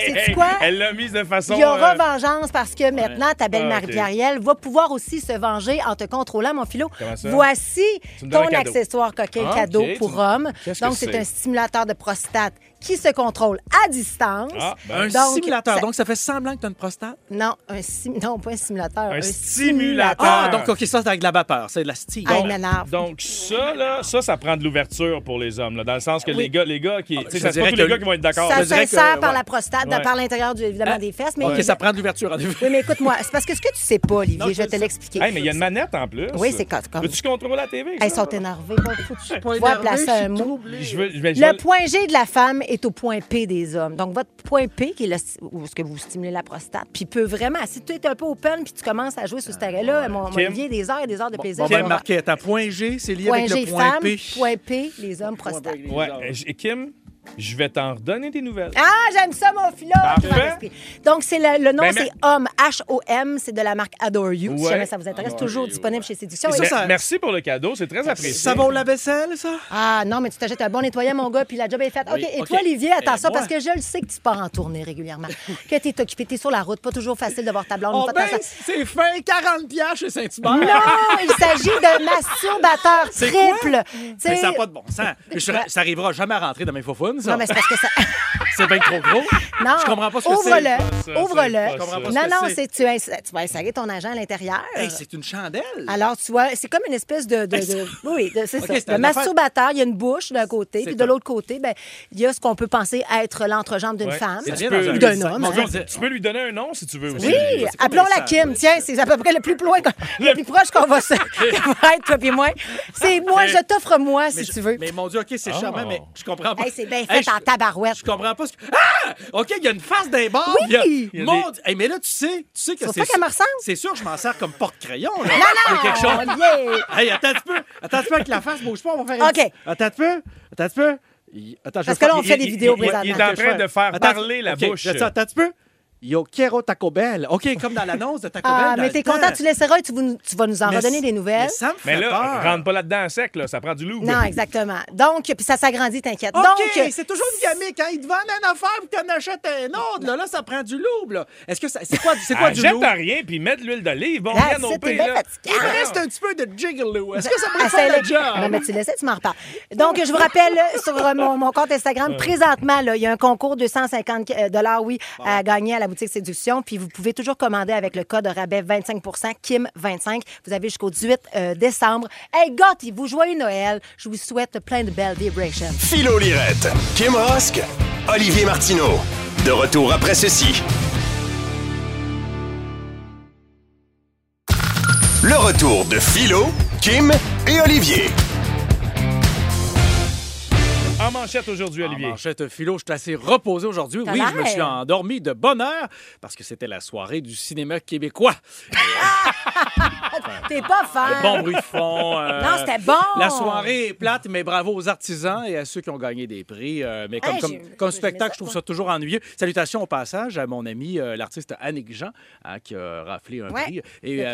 [SPEAKER 3] sais-tu quoi?
[SPEAKER 2] Elle l'a mise de façon...
[SPEAKER 3] Il y aura
[SPEAKER 2] euh,
[SPEAKER 3] vengeance parce que maintenant, ta belle
[SPEAKER 2] Ah,
[SPEAKER 3] Marie
[SPEAKER 2] ok.
[SPEAKER 3] Pierre va pouvoir aussi se venger en te contrôlant, mon philo.
[SPEAKER 2] Comment ça?
[SPEAKER 3] Voici
[SPEAKER 2] Tu me donnes
[SPEAKER 3] ton
[SPEAKER 2] un cadeau.
[SPEAKER 3] accessoire coquin
[SPEAKER 2] Ah,
[SPEAKER 3] cadeau
[SPEAKER 2] ok. Tu
[SPEAKER 3] pour
[SPEAKER 2] me-
[SPEAKER 3] homme.
[SPEAKER 2] Qu'est-ce que
[SPEAKER 3] Donc, c'est
[SPEAKER 2] c'est?
[SPEAKER 3] un stimulateur de prostate qui se contrôle à distance.
[SPEAKER 2] Ah, ben,
[SPEAKER 4] Un
[SPEAKER 3] Donc,
[SPEAKER 4] simulateur.
[SPEAKER 3] ça-
[SPEAKER 4] Donc, ça fait semblant que t'as une prostate.
[SPEAKER 3] Non, un sim... non, pas un simulateur.
[SPEAKER 2] Un
[SPEAKER 3] Un,
[SPEAKER 2] stimulateur.
[SPEAKER 4] Ah,
[SPEAKER 2] Ah.
[SPEAKER 4] donc, OK, ça, c'est avec de la vapeur. C'est de la steam.
[SPEAKER 3] Ah,
[SPEAKER 4] Donc,
[SPEAKER 3] il m'énerve.
[SPEAKER 2] Donc ça, là, ça, ça prend de l'ouverture pour les hommes, là, dans le sens que
[SPEAKER 3] Oui.
[SPEAKER 2] les gars, les gars qui... tu sais,
[SPEAKER 4] Ah, je
[SPEAKER 2] ça, c'est pas
[SPEAKER 4] dirais
[SPEAKER 2] tous les
[SPEAKER 4] que-
[SPEAKER 2] gars qui vont être d'accord.
[SPEAKER 3] Ça
[SPEAKER 4] je dirais que,
[SPEAKER 3] s'insère par
[SPEAKER 4] ouais.
[SPEAKER 3] la prostate,
[SPEAKER 2] Ouais.
[SPEAKER 3] par l'intérieur, du- évidemment,
[SPEAKER 4] Ah.
[SPEAKER 3] des fesses. Mais,
[SPEAKER 4] OK, ça prend de l'ouverture, en effet.
[SPEAKER 3] Oui, mais écoute-moi, c'est parce que ce que tu sais pas, Olivier,
[SPEAKER 4] Non,
[SPEAKER 3] je
[SPEAKER 4] je
[SPEAKER 3] vais te
[SPEAKER 4] sais.
[SPEAKER 3] l'expliquer.
[SPEAKER 2] Hey, mais il y a une manette en plus.
[SPEAKER 3] Oui, c'est quand- quand-
[SPEAKER 2] Peux-tu contrôler la TV? avec
[SPEAKER 3] Hey, Ils
[SPEAKER 2] ça?
[SPEAKER 3] sont énervés. Bon, faut que tu pouvoir placer un mot.
[SPEAKER 2] Je veux- je vais- je vais-
[SPEAKER 3] Le point G de la femme est au point P des hommes. Donc, votre point P, qui est le, où est-ce que vous stimulez la prostate, puis peut vraiment, si tu es un peu open, puis tu commences à jouer sur ce terrain-là, mon, mon
[SPEAKER 2] Ah, Kim? ben,
[SPEAKER 3] Olivier, des heures et des heures de plaisir.
[SPEAKER 4] On
[SPEAKER 3] tu
[SPEAKER 4] va
[SPEAKER 3] vas
[SPEAKER 4] marquer. T'as ben, point G, c'est lié
[SPEAKER 3] voir. Point
[SPEAKER 4] avec
[SPEAKER 3] G,
[SPEAKER 4] le point
[SPEAKER 3] femme,
[SPEAKER 4] P.
[SPEAKER 3] point P, les hommes, prostate.
[SPEAKER 2] Ouais. Et euh, Kim, je vais t'en redonner des nouvelles.
[SPEAKER 3] Ah, j'aime ça, mon philo!
[SPEAKER 2] Parfait.
[SPEAKER 3] Grand esprit. Donc, c'est le, le nom,
[SPEAKER 2] Ben, mais-
[SPEAKER 3] c'est Homme, H-O-M, c'est de la marque Adore You, si
[SPEAKER 2] Ouais.
[SPEAKER 3] jamais ça vous intéresse. toujours disponible chez Séduction.
[SPEAKER 4] Et ça,
[SPEAKER 3] Et-
[SPEAKER 2] Ben,
[SPEAKER 4] ça-
[SPEAKER 2] Merci pour le cadeau, c'est très apprécié.
[SPEAKER 4] Ça vaut la vaisselle, ça?
[SPEAKER 3] Ah non, mais tu t'achètes un bon nettoyant, mon gars, puis la job est faite. OK, et
[SPEAKER 4] OK.
[SPEAKER 3] toi, Olivier, attends
[SPEAKER 4] Et
[SPEAKER 3] ça,
[SPEAKER 4] moi?
[SPEAKER 3] parce que je le sais que tu pars en tournée
[SPEAKER 4] <laughs>
[SPEAKER 3] régulièrement, que t'es occupé, t'es sur la route, pas toujours facile de voir ta blonde.
[SPEAKER 4] On
[SPEAKER 3] pas tant ça.
[SPEAKER 4] baisse, Oh, Ah, ben, c'est fin, 40 piastres chez Saint-Hubert.
[SPEAKER 3] Non, il s'agit de masturbateur
[SPEAKER 4] C'est quoi?
[SPEAKER 3] triple. Tu
[SPEAKER 4] Mais
[SPEAKER 3] sais-
[SPEAKER 4] ça n'a pas de bon sens. Je-
[SPEAKER 3] Ouais.
[SPEAKER 4] ça arrivera jamais à rentrer dans mes faufounes, ça.
[SPEAKER 3] Non, mais c'est parce
[SPEAKER 4] <laughs>
[SPEAKER 3] que ça. <laughs>
[SPEAKER 4] C'est bien trop gros.
[SPEAKER 3] Non.
[SPEAKER 4] Je comprends pas ce que c'est.
[SPEAKER 2] c'est
[SPEAKER 3] Ouvre-le.
[SPEAKER 2] pas ça.
[SPEAKER 3] Ouvre-le.
[SPEAKER 2] Je
[SPEAKER 4] comprends pas ce
[SPEAKER 3] Non,
[SPEAKER 4] que
[SPEAKER 3] non,
[SPEAKER 4] c'est.
[SPEAKER 3] c'est tu, ins- tu vas insérer ton agent à l'intérieur.
[SPEAKER 4] Hey, c'est une chandelle.
[SPEAKER 3] Alors, tu vois, c'est comme une espèce de. de- de- oui, de- c'est
[SPEAKER 4] Ok, c'est
[SPEAKER 3] ça. Le
[SPEAKER 4] une affaire-
[SPEAKER 3] masturbateur, il y a une bouche d'un côté,
[SPEAKER 4] C'est
[SPEAKER 3] puis de
[SPEAKER 4] ça.
[SPEAKER 3] l'autre côté, ben, il y a ce qu'on peut penser être l'entrejambe d'une
[SPEAKER 2] Ouais.
[SPEAKER 3] femme.
[SPEAKER 4] C'est
[SPEAKER 2] Tu
[SPEAKER 4] bien
[SPEAKER 2] peux-
[SPEAKER 4] dans
[SPEAKER 3] ou d'un
[SPEAKER 4] sac.
[SPEAKER 3] homme,
[SPEAKER 4] Mon
[SPEAKER 3] hein.
[SPEAKER 4] Dieu, on dirait-
[SPEAKER 2] Tu peux lui donner un nom si tu veux aussi.
[SPEAKER 3] Oui,
[SPEAKER 4] C'est- c'est
[SPEAKER 3] appelons-la
[SPEAKER 4] comme ça,
[SPEAKER 3] Kim.
[SPEAKER 4] oui.
[SPEAKER 3] Tiens, c'est à peu près le plus loin, qu'on- le plus proche qu'on va se qu'on va être, toi puis moi. C'est moi, je t'offre moi, si
[SPEAKER 4] je-
[SPEAKER 3] tu veux.
[SPEAKER 4] Mais mon Dieu, OK, c'est
[SPEAKER 2] Oh.
[SPEAKER 4] charmant, mais je comprends pas.
[SPEAKER 3] Hey, c'est bien
[SPEAKER 4] Hey,
[SPEAKER 3] fait
[SPEAKER 4] je-
[SPEAKER 3] en tabarouette.
[SPEAKER 4] Je comprends pas ce que. Ah! OK, il y a une face d'un bar.
[SPEAKER 3] Oui!
[SPEAKER 4] il y a-
[SPEAKER 3] Il
[SPEAKER 2] y a
[SPEAKER 4] Mon
[SPEAKER 2] des-
[SPEAKER 4] Dieu. Hey, mais là, tu sais, tu sais que
[SPEAKER 3] Faut
[SPEAKER 4] c'est.
[SPEAKER 3] pas qu'elle me ressemble.
[SPEAKER 4] C'est sûr, je m'en sers comme porte-crayon. là.
[SPEAKER 3] Non, non!
[SPEAKER 4] C'est quelque chose.
[SPEAKER 3] yeah.
[SPEAKER 4] Hey, attends un petit peu. Attends un petit peu avec la face, bouge pas, on va faire. un
[SPEAKER 3] OK.
[SPEAKER 4] petit- Attends un petit peu. Attends un petit peu. Il- Attends,
[SPEAKER 3] Parce
[SPEAKER 4] je vais
[SPEAKER 3] que là,
[SPEAKER 4] faire-
[SPEAKER 3] on fait
[SPEAKER 4] il-
[SPEAKER 3] des
[SPEAKER 4] il-
[SPEAKER 3] vidéos
[SPEAKER 4] il- il- il-
[SPEAKER 3] présentement.
[SPEAKER 4] il-
[SPEAKER 2] Il est en train de faire
[SPEAKER 4] Attends,
[SPEAKER 2] parler la
[SPEAKER 4] OK,
[SPEAKER 2] bouche.
[SPEAKER 4] Attends, attends un petit peu. Yo quiero Taco Bell. OK, comme dans l'annonce de Taco Bell.
[SPEAKER 3] Ah,
[SPEAKER 4] dans
[SPEAKER 3] mais
[SPEAKER 4] le
[SPEAKER 3] t'es
[SPEAKER 4] temps.
[SPEAKER 3] content, tu laisseras et tu, vous- tu vas nous en
[SPEAKER 4] Mais
[SPEAKER 3] redonner
[SPEAKER 4] c-
[SPEAKER 3] des
[SPEAKER 4] mais
[SPEAKER 3] nouvelles.
[SPEAKER 4] ça me fait
[SPEAKER 2] Mais là,
[SPEAKER 4] peur.
[SPEAKER 2] rentre pas là-dedans en sec, là. ça prend du loup.
[SPEAKER 3] Non, exactement. Donc, puis ça s'agrandit, t'inquiète.
[SPEAKER 4] OK,
[SPEAKER 3] Donc,
[SPEAKER 4] c'est toujours une gamique. Hein? Ils te vendent une affaire pour qu'on achète un autre. Là, là ça prend du loup. Là. Est-ce que ça, c'est quoi, du- c'est quoi du
[SPEAKER 2] Ah, Jette
[SPEAKER 4] loup?
[SPEAKER 2] à rien puis mets de l'huile d'olive. Bon,
[SPEAKER 3] Là,
[SPEAKER 2] rien
[SPEAKER 3] Ah,
[SPEAKER 2] au
[SPEAKER 3] c'est- t'es
[SPEAKER 2] pire,
[SPEAKER 3] bien
[SPEAKER 2] là.
[SPEAKER 3] fatiguant.
[SPEAKER 4] Il me reste un petit peu de jiggle Est-ce que ça
[SPEAKER 3] Ah,
[SPEAKER 4] pourrait
[SPEAKER 3] c'est
[SPEAKER 4] faire le
[SPEAKER 3] le-
[SPEAKER 4] job?
[SPEAKER 3] Non, mais tu laissais, tu m'en reparles. Donc, je vous rappelle <laughs> euh, sur euh, mon, mon compte Instagram, présentement, là, il y a un concours de 150 euh, dollars, oui, à gagner à la boutique Séduction. Puis vous pouvez toujours commander avec le code rabais 25 Kim25. Vous avez jusqu'au 18 euh, décembre. Hey, gâtez-vous, joyeux Noël. Je vous souhaite plein de belles vibrations.
[SPEAKER 1] Philo Lirette, Kim Rosk, Olivier Martineau. De retour après ceci. Le retour de Philo, Kim et Olivier.
[SPEAKER 2] En manchette aujourd'hui,
[SPEAKER 4] En
[SPEAKER 2] Ah, Olivier.
[SPEAKER 4] manchette philo, je suis assez reposé aujourd'hui.
[SPEAKER 3] T'as
[SPEAKER 4] Oui, je me
[SPEAKER 3] l'air.
[SPEAKER 4] suis endormi de bonne heure parce que c'était la soirée du cinéma québécois.
[SPEAKER 3] T'es pas fan.
[SPEAKER 4] Ah. Bon bruit de fond. euh,
[SPEAKER 3] Ah. Non, c'était bon.
[SPEAKER 4] La soirée est plate, mais bravo aux artisans et à ceux qui ont gagné des prix. euh, mais comme,
[SPEAKER 3] Hey,
[SPEAKER 4] comme,
[SPEAKER 3] j'ai-
[SPEAKER 4] comme
[SPEAKER 3] j'ai- j'aimais
[SPEAKER 4] spectacle,
[SPEAKER 3] ça,
[SPEAKER 4] je trouve
[SPEAKER 3] moi.
[SPEAKER 4] ça toujours ennuyeux. Salutations au passage à mon ami, euh, l'artiste Annick Jean, hein, qui a raflé un
[SPEAKER 3] Ouais,
[SPEAKER 4] prix. euh,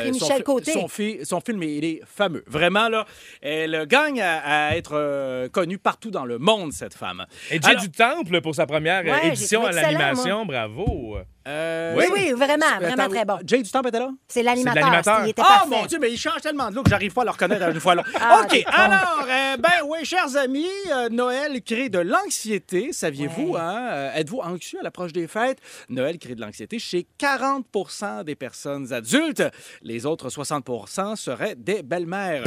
[SPEAKER 3] le prix
[SPEAKER 4] son,
[SPEAKER 3] Michel
[SPEAKER 4] fi-
[SPEAKER 3] Côté.
[SPEAKER 4] Son, fi- son film, il est fameux. Vraiment, là, elle gagne à, à être euh, connue partout dans le monde, cette femme.
[SPEAKER 2] Et Jay
[SPEAKER 4] Alors,
[SPEAKER 2] du Temple pour sa première euh,
[SPEAKER 3] Ouais, j'ai
[SPEAKER 2] édition à
[SPEAKER 3] trouvé excellent,
[SPEAKER 2] l'animation. Bravo.
[SPEAKER 4] euh,
[SPEAKER 3] Oui, oui, vraiment,
[SPEAKER 4] Attends,
[SPEAKER 3] vraiment très bon.
[SPEAKER 4] Jay du Temple était là?
[SPEAKER 3] C'est l'animateur.
[SPEAKER 2] l'animateur.
[SPEAKER 3] Il était
[SPEAKER 4] Ah,
[SPEAKER 3] parfait.
[SPEAKER 4] mon Dieu, mais il change tellement de look que j'arrive pas à le reconnaître à une fois là.
[SPEAKER 3] <laughs> Ah, t'es
[SPEAKER 4] OK,
[SPEAKER 3] con.
[SPEAKER 4] alors, euh, ben oui, chers amis, euh, Noël crée de l'anxiété, saviez-vous,
[SPEAKER 3] Ouais.
[SPEAKER 4] hein? Euh, Êtes-vous anxieux à l'approche des fêtes? Noël crée de l'anxiété chez 40 des personnes adultes. Les autres 60 seraient des belles-mères.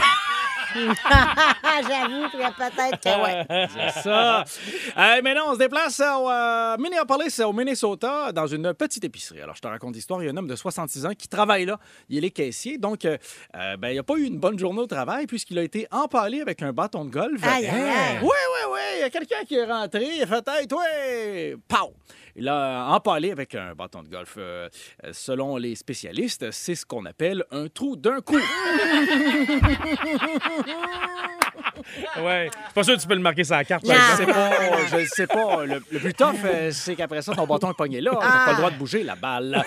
[SPEAKER 3] Ah, j'avoue, que peut-être que ouais.
[SPEAKER 4] <laughs> C'est ça. Euh, mais non, on se déplace au euh, Minneapolis, au Minnesota, dans une petite épicerie. Alors, je te raconte l'histoire. Il y a un homme de 66 ans qui travaille là. Il est caissier. Donc, euh, euh, ben, il n'a pas eu une bonne journée au travail puisqu'il a été empalé avec un bâton de golf.
[SPEAKER 3] Aïe, aïe, aïe.
[SPEAKER 4] Oui, oui, oui. Il y a quelqu'un qui est rentré. Il a fait Hey, toi Pow Il a empalé avec un bâton de golf. Euh, euh, selon les spécialistes, c'est ce qu'on appelle un trou d'un coup.
[SPEAKER 2] Ouais. C'est pas sûr que tu peux le marquer sur la carte. par
[SPEAKER 3] Non.
[SPEAKER 4] Ben, Je
[SPEAKER 2] exemple.
[SPEAKER 4] sais pas, je sais pas. Le, le plus tough, euh, c'est qu'après ça, ton bâton est pogné là. T'as pas le droit de bouger la balle.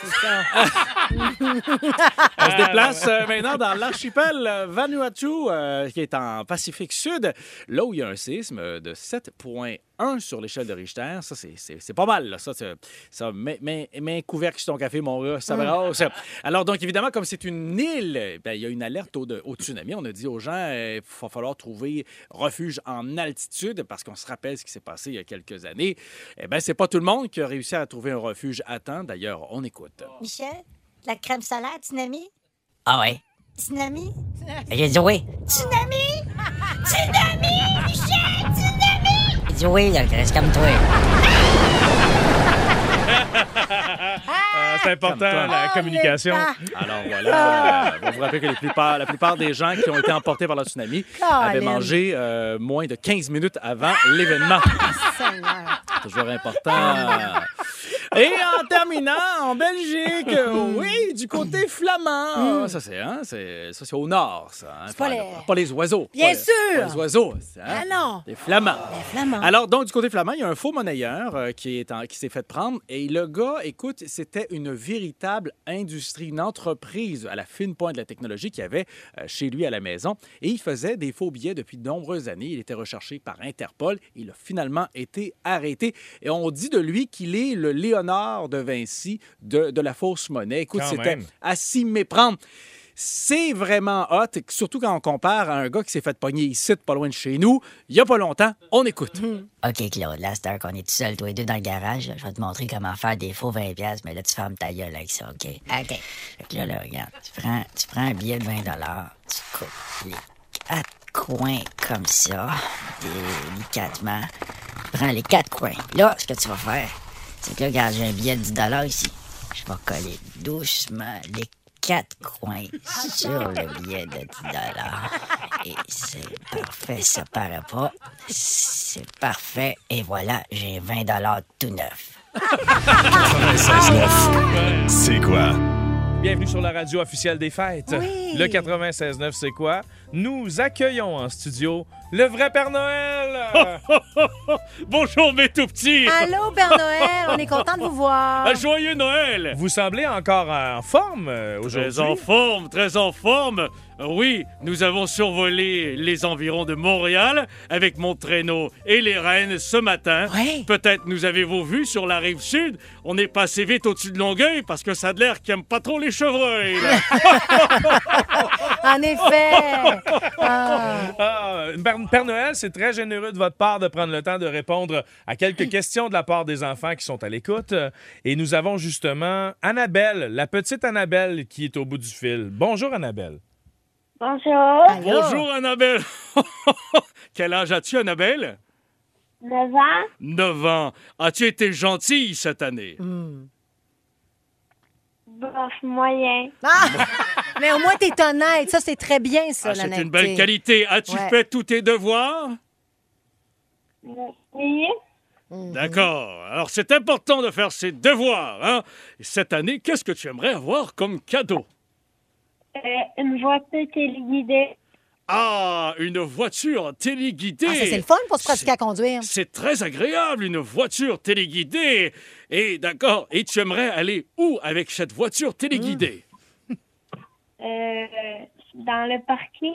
[SPEAKER 4] On se déplace euh, maintenant dans l'archipel euh, Vanuatu, euh, qui est en Pacifique Sud, là où il y a un séisme euh, de 7,1 sur l'échelle de Richter. Ça, c'est- c'est c'est pas mal. Là. Ça, c'est- ça mets- mets mets un couvert sur ton café, mon gars. Ça brasse. Alors, donc, évidemment, comme c'est une île, ben, il y a une alerte au, de- au tsunami. On a dit aux gens, euh, il va falloir trouver refuge en altitude parce qu'on se rappelle ce qui s'est passé il y a quelques années. Eh bien, c'est pas tout le monde qui a réussi à trouver un refuge à temps. D'ailleurs, on écoute.
[SPEAKER 5] Michel, de la crème solaire, tsunami?
[SPEAKER 6] Ah ouais?
[SPEAKER 5] Tsunami?
[SPEAKER 6] J'ai dit oui.
[SPEAKER 5] Tsunami? Tsunami, Michel, tsunami!
[SPEAKER 6] J'ai dit oui, là, Chris, comme toi.
[SPEAKER 2] Ah, c'est important, la communication.
[SPEAKER 3] Ah,
[SPEAKER 4] Alors voilà, euh, vous vous rappelez que les plupart- la plupart des gens qui ont été emportés par le tsunami avaient
[SPEAKER 3] Colin.
[SPEAKER 4] mangé euh, moins
[SPEAKER 3] Ah!
[SPEAKER 4] de 15 minutes avant l'événement.
[SPEAKER 3] Seigneur.
[SPEAKER 4] Toujours important. Et en terminant, en Belgique, euh, oui, du côté flamand. Ah, Ça, c'est hein, c'est- ça, c'est au nord, ça. hein,
[SPEAKER 3] Mm. C'est pas
[SPEAKER 4] faire
[SPEAKER 3] les-
[SPEAKER 4] le- pas les oiseaux.
[SPEAKER 3] Bien
[SPEAKER 4] Pas les-
[SPEAKER 3] sûr.
[SPEAKER 4] pas les oiseaux. c'est, hein,
[SPEAKER 3] Ah non.
[SPEAKER 4] Les flamands.
[SPEAKER 3] Les Flamands.
[SPEAKER 4] Alors, donc, du côté flamand, il y a un faux monnayeur euh, qui est en- qui s'est fait prendre. Et le gars, écoute, c'était une véritable industrie, une entreprise à la fine pointe de la technologie qu'il avait euh, chez lui à la maison. Et il faisait des faux billets depuis de nombreuses années. Il était recherché par Interpol. Il a finalement été arrêté. Et on dit de lui qu'il est le Léonard de Vinci de, de la fausse monnaie. Écoute,
[SPEAKER 2] Quand
[SPEAKER 4] c'était
[SPEAKER 2] même.
[SPEAKER 4] à s'y méprendre. C'est vraiment hot, surtout quand on compare à un gars qui s'est fait pogner ici, pas loin de chez nous, il y a pas longtemps. On écoute.
[SPEAKER 6] OK, Claude, là, c'est l'heure qu'on est tout seul, toi et deux, dans le garage. là, Je vais te montrer comment faire des faux 20$, piastres, mais là, tu fermes ta gueule avec ça, OK? OK. Fait que là, là, regarde, tu prends, tu prends un billet de 20$, tu coupes les quatre coins comme ça, délicatement. Tu prends les quatre coins. Là, ce que tu vas faire, c'est que là, regarde, j'ai un billet de 10$ ici. Je vais coller doucement les quatre
[SPEAKER 7] <laughs>
[SPEAKER 6] coins sur le billet de 10 Et c'est parfait, ça paraît pas. C'est parfait. Et voilà, j'ai 20 tout neuf.
[SPEAKER 1] 96.9. C'est quoi?
[SPEAKER 2] Bienvenue sur la radio officielle des fêtes.
[SPEAKER 3] Oui.
[SPEAKER 2] Le 96.9, c'est quoi? Nous accueillons en studio le vrai Père Noël!
[SPEAKER 8] Bonjour mes tout petits.
[SPEAKER 3] Allô, Père Noël, on est content de vous voir.
[SPEAKER 8] Un joyeux Noël.
[SPEAKER 2] Vous semblez encore en forme euh,
[SPEAKER 8] Très
[SPEAKER 2] aujourd'hui.
[SPEAKER 8] en forme, très en forme. Oui, nous avons survolé les environs de Montréal avec mon traîneau et les rennes ce matin.
[SPEAKER 3] Ouais.
[SPEAKER 8] Peut-être nous avez-vous vu sur la rive sud. On est passé vite au-dessus de Longueuil parce que ça a de l'air qu'il aime pas trop les chevreuils. <laughs> là.
[SPEAKER 3] En effet. Ah.
[SPEAKER 2] Ah, Père Père Noël, c'est très généreux de votre part de prendre le temps de répondre à quelques questions de la part des enfants qui sont à l'écoute. Euh, Et nous avons justement Annabelle, la petite Annabelle qui est au bout du fil. Bonjour Annabelle.
[SPEAKER 9] Bonjour,
[SPEAKER 3] Allô?
[SPEAKER 8] Bonjour Annabelle. <laughs> Quel âge as-tu Annabelle
[SPEAKER 9] 9 ans.
[SPEAKER 8] 9 ans. As-tu été gentille cette année
[SPEAKER 9] Bof, moyen.
[SPEAKER 3] Ah! Mais au moins, t'es honnête. Ça, c'est très bien, ça,
[SPEAKER 8] Ah, C'est
[SPEAKER 3] l'honnêteté.
[SPEAKER 8] une belle qualité. As-tu
[SPEAKER 3] Ouais.
[SPEAKER 8] fait tous tes devoirs
[SPEAKER 9] Oui.
[SPEAKER 8] D'accord. Alors, c'est important de faire ses devoirs. Hein? Et Cette année, qu'est-ce que tu aimerais avoir comme cadeau
[SPEAKER 9] Euh, une voiture téléguidée.
[SPEAKER 8] Ah, une voiture téléguidée.
[SPEAKER 3] Ah, ça, c'est le fun pour se pratiquer à conduire.
[SPEAKER 8] C'est très agréable, une voiture téléguidée. Et d'accord, et tu aimerais aller où avec cette voiture téléguidée
[SPEAKER 3] Mmh.
[SPEAKER 9] Euh, dans le parking.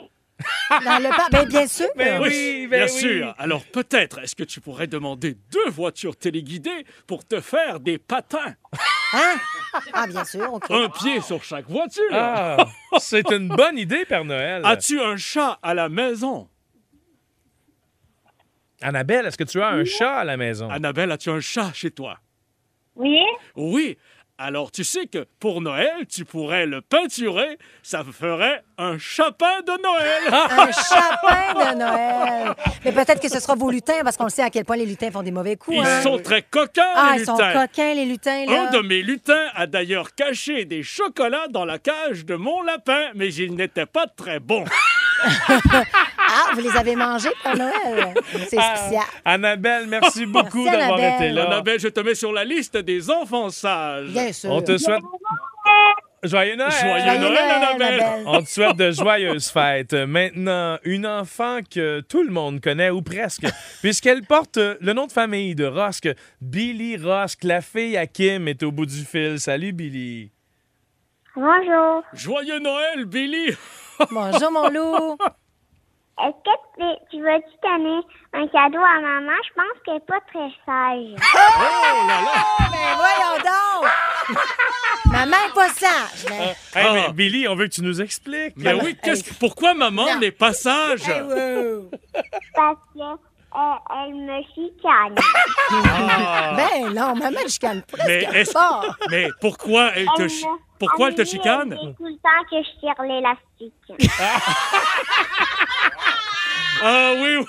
[SPEAKER 3] Dans le parc. Ben, bien sûr.
[SPEAKER 2] Ben oui. ben
[SPEAKER 8] bien
[SPEAKER 2] oui.
[SPEAKER 8] sûr. Alors peut-être, est-ce que tu pourrais demander deux voitures téléguidées pour te faire des patins
[SPEAKER 3] Hein? Ah, bien sûr, OK.
[SPEAKER 8] Un pied sur chaque voiture.
[SPEAKER 2] Ah, c'est une bonne idée, Père
[SPEAKER 8] <laughs>
[SPEAKER 2] Noël.
[SPEAKER 8] As-tu un chat à la maison
[SPEAKER 2] Annabelle, est-ce que tu as un chat à la
[SPEAKER 3] Ah.
[SPEAKER 2] maison?
[SPEAKER 8] Annabelle, as-tu un chat chez toi
[SPEAKER 9] Oui.
[SPEAKER 8] Oui. Alors tu sais que pour Noël, tu pourrais le peinturer, ça ferait un chapin de Noël.
[SPEAKER 3] Un chapin de Noël. Mais peut-être que ce sera vos lutins, parce qu'on le sait à quel point les lutins font des mauvais coups.
[SPEAKER 8] Ils
[SPEAKER 3] hein.
[SPEAKER 8] sont très coquins,
[SPEAKER 3] Ah,
[SPEAKER 8] les
[SPEAKER 3] ils sont
[SPEAKER 8] lutins.
[SPEAKER 3] coquins, les lutins, là.
[SPEAKER 8] Un de mes lutins a d'ailleurs caché des chocolats dans la cage de mon lapin, mais il n'était pas très bon.
[SPEAKER 3] Ah, vous les avez mangés, Père Noël. C'est
[SPEAKER 2] Ah,
[SPEAKER 3] spécial.
[SPEAKER 2] Annabelle, merci beaucoup
[SPEAKER 3] Merci,
[SPEAKER 2] d'avoir
[SPEAKER 3] Annabelle.
[SPEAKER 2] été là.
[SPEAKER 8] Annabelle, Ah, ben, je te mets sur la liste des enfants sages.
[SPEAKER 3] Bien sûr.
[SPEAKER 2] On te souhaite joyeux Noël.
[SPEAKER 8] Joyeux
[SPEAKER 3] Joyeux
[SPEAKER 8] Noël, Annabelle.
[SPEAKER 2] On te souhaite de joyeuses fêtes. Maintenant, une enfant que tout le monde connaît, ou presque, puisqu'elle porte euh, le nom de famille de Rosk, Billy Rosk, la fille à Kim est au bout du fil. Salut, Billy.
[SPEAKER 9] Bonjour.
[SPEAKER 8] Joyeux Noël,
[SPEAKER 4] <laughs>
[SPEAKER 8] Billy.
[SPEAKER 3] Bonjour, mon loup.
[SPEAKER 9] Est-ce que tu- tu vas-tu donner un cadeau à maman? Je pense qu'elle n'est pas très sage.
[SPEAKER 3] Ben, voyons donc. Maman est pas sage. ben. mais-
[SPEAKER 2] Hey,
[SPEAKER 8] Ah.
[SPEAKER 2] mais Billy, on veut que tu nous expliques.
[SPEAKER 4] Ben
[SPEAKER 8] Mais oui, qu'est-ce que- pourquoi maman
[SPEAKER 3] Non. Eh
[SPEAKER 8] n'est pas sage
[SPEAKER 3] Hey, wow.
[SPEAKER 9] Parce qu'elle elle me chicane.
[SPEAKER 3] Ben non, maman, je calme
[SPEAKER 8] Mais
[SPEAKER 3] presque
[SPEAKER 8] est-ce-
[SPEAKER 3] pas.
[SPEAKER 8] Mais pourquoi elle
[SPEAKER 3] Ah,
[SPEAKER 8] te, chi-
[SPEAKER 9] me-
[SPEAKER 8] pourquoi elle te
[SPEAKER 9] me dit,
[SPEAKER 8] chicane
[SPEAKER 9] elle dit tout le temps que je tire l'élastique.
[SPEAKER 8] Ah oui, oui,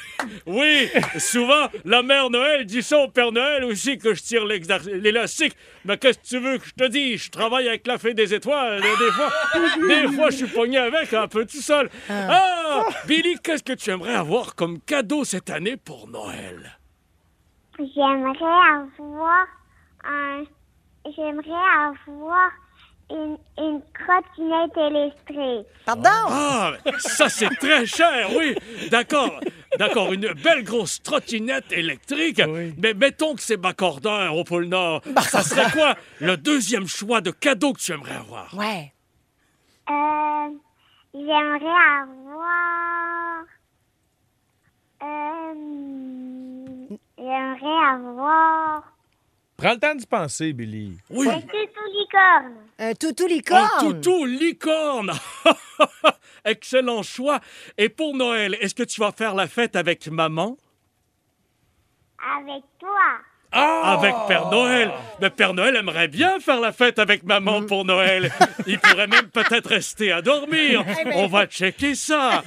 [SPEAKER 8] oui. Souvent, la mère Noël dit ça au Père Noël aussi que je tire l'exa- l'élastique. Mais qu'est-ce que tu veux que je te dise? Je travaille avec la fée des étoiles. et Des fois, des fois je suis pogné avec un peu tout seul. Ah, Billy, qu'est-ce que tu aimerais avoir comme cadeau cette année pour Noël?
[SPEAKER 9] J'aimerais avoir un, j'aimerais avoir une, une trottinette électrique.
[SPEAKER 3] Pardon?
[SPEAKER 8] Ah, ça c'est très cher, oui. D'accord, d'accord, une belle grosse trottinette électrique.
[SPEAKER 2] Oui.
[SPEAKER 8] Mais mettons que c'est bacordeur au pôle Nord. Bah, ça serait quoi le deuxième choix de cadeau que tu aimerais avoir?
[SPEAKER 3] Ouais.
[SPEAKER 9] Euh, j'aimerais avoir. Euh, j'aimerais avoir.
[SPEAKER 2] Prends le temps d'y penser, Billy.
[SPEAKER 8] Oui,
[SPEAKER 9] Un toutou licorne.
[SPEAKER 3] Un toutou
[SPEAKER 8] un
[SPEAKER 3] licorne.
[SPEAKER 8] toutou licorne. <laughs> Excellent choix. Et pour Noël, est-ce que tu vas faire la fête avec maman?
[SPEAKER 9] Avec toi.
[SPEAKER 8] Avec
[SPEAKER 2] Oh.
[SPEAKER 8] Père Noël. Mais Père Noël aimerait bien faire la fête avec
[SPEAKER 2] Mm.
[SPEAKER 8] maman pour Noël. Il pourrait même peut-être rester à dormir.
[SPEAKER 2] Eh ben,
[SPEAKER 8] On va checker ça.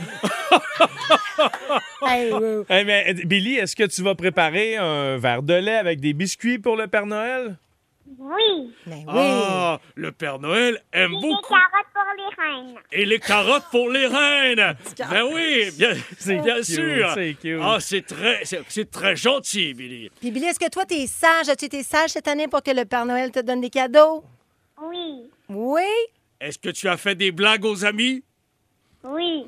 [SPEAKER 3] Hey, euh,
[SPEAKER 2] Eh, mais, euh, Billy, est-ce que tu vas préparer un verre de lait avec des biscuits pour le Père Noël?
[SPEAKER 9] Oui.
[SPEAKER 3] ben oui.
[SPEAKER 8] Ah, le Père Noël aime
[SPEAKER 9] Des
[SPEAKER 8] beaucoup.
[SPEAKER 9] carottes pour les reines.
[SPEAKER 8] Et les carottes pour
[SPEAKER 2] <laughs>
[SPEAKER 8] les reines. Ben oui, bien,
[SPEAKER 2] C'est
[SPEAKER 8] bien
[SPEAKER 2] cute,
[SPEAKER 8] sûr.
[SPEAKER 2] c'est cute.
[SPEAKER 8] Ah, c'est très, c'est- c'est très gentil, Billy.
[SPEAKER 3] Puis Billy, est-ce que toi, t'es sage? As-tu été sage cette année pour que le Père Noël te donne des cadeaux?
[SPEAKER 9] Oui.
[SPEAKER 3] Oui.
[SPEAKER 8] Est-ce que tu as fait des blagues aux amis?
[SPEAKER 9] Oui.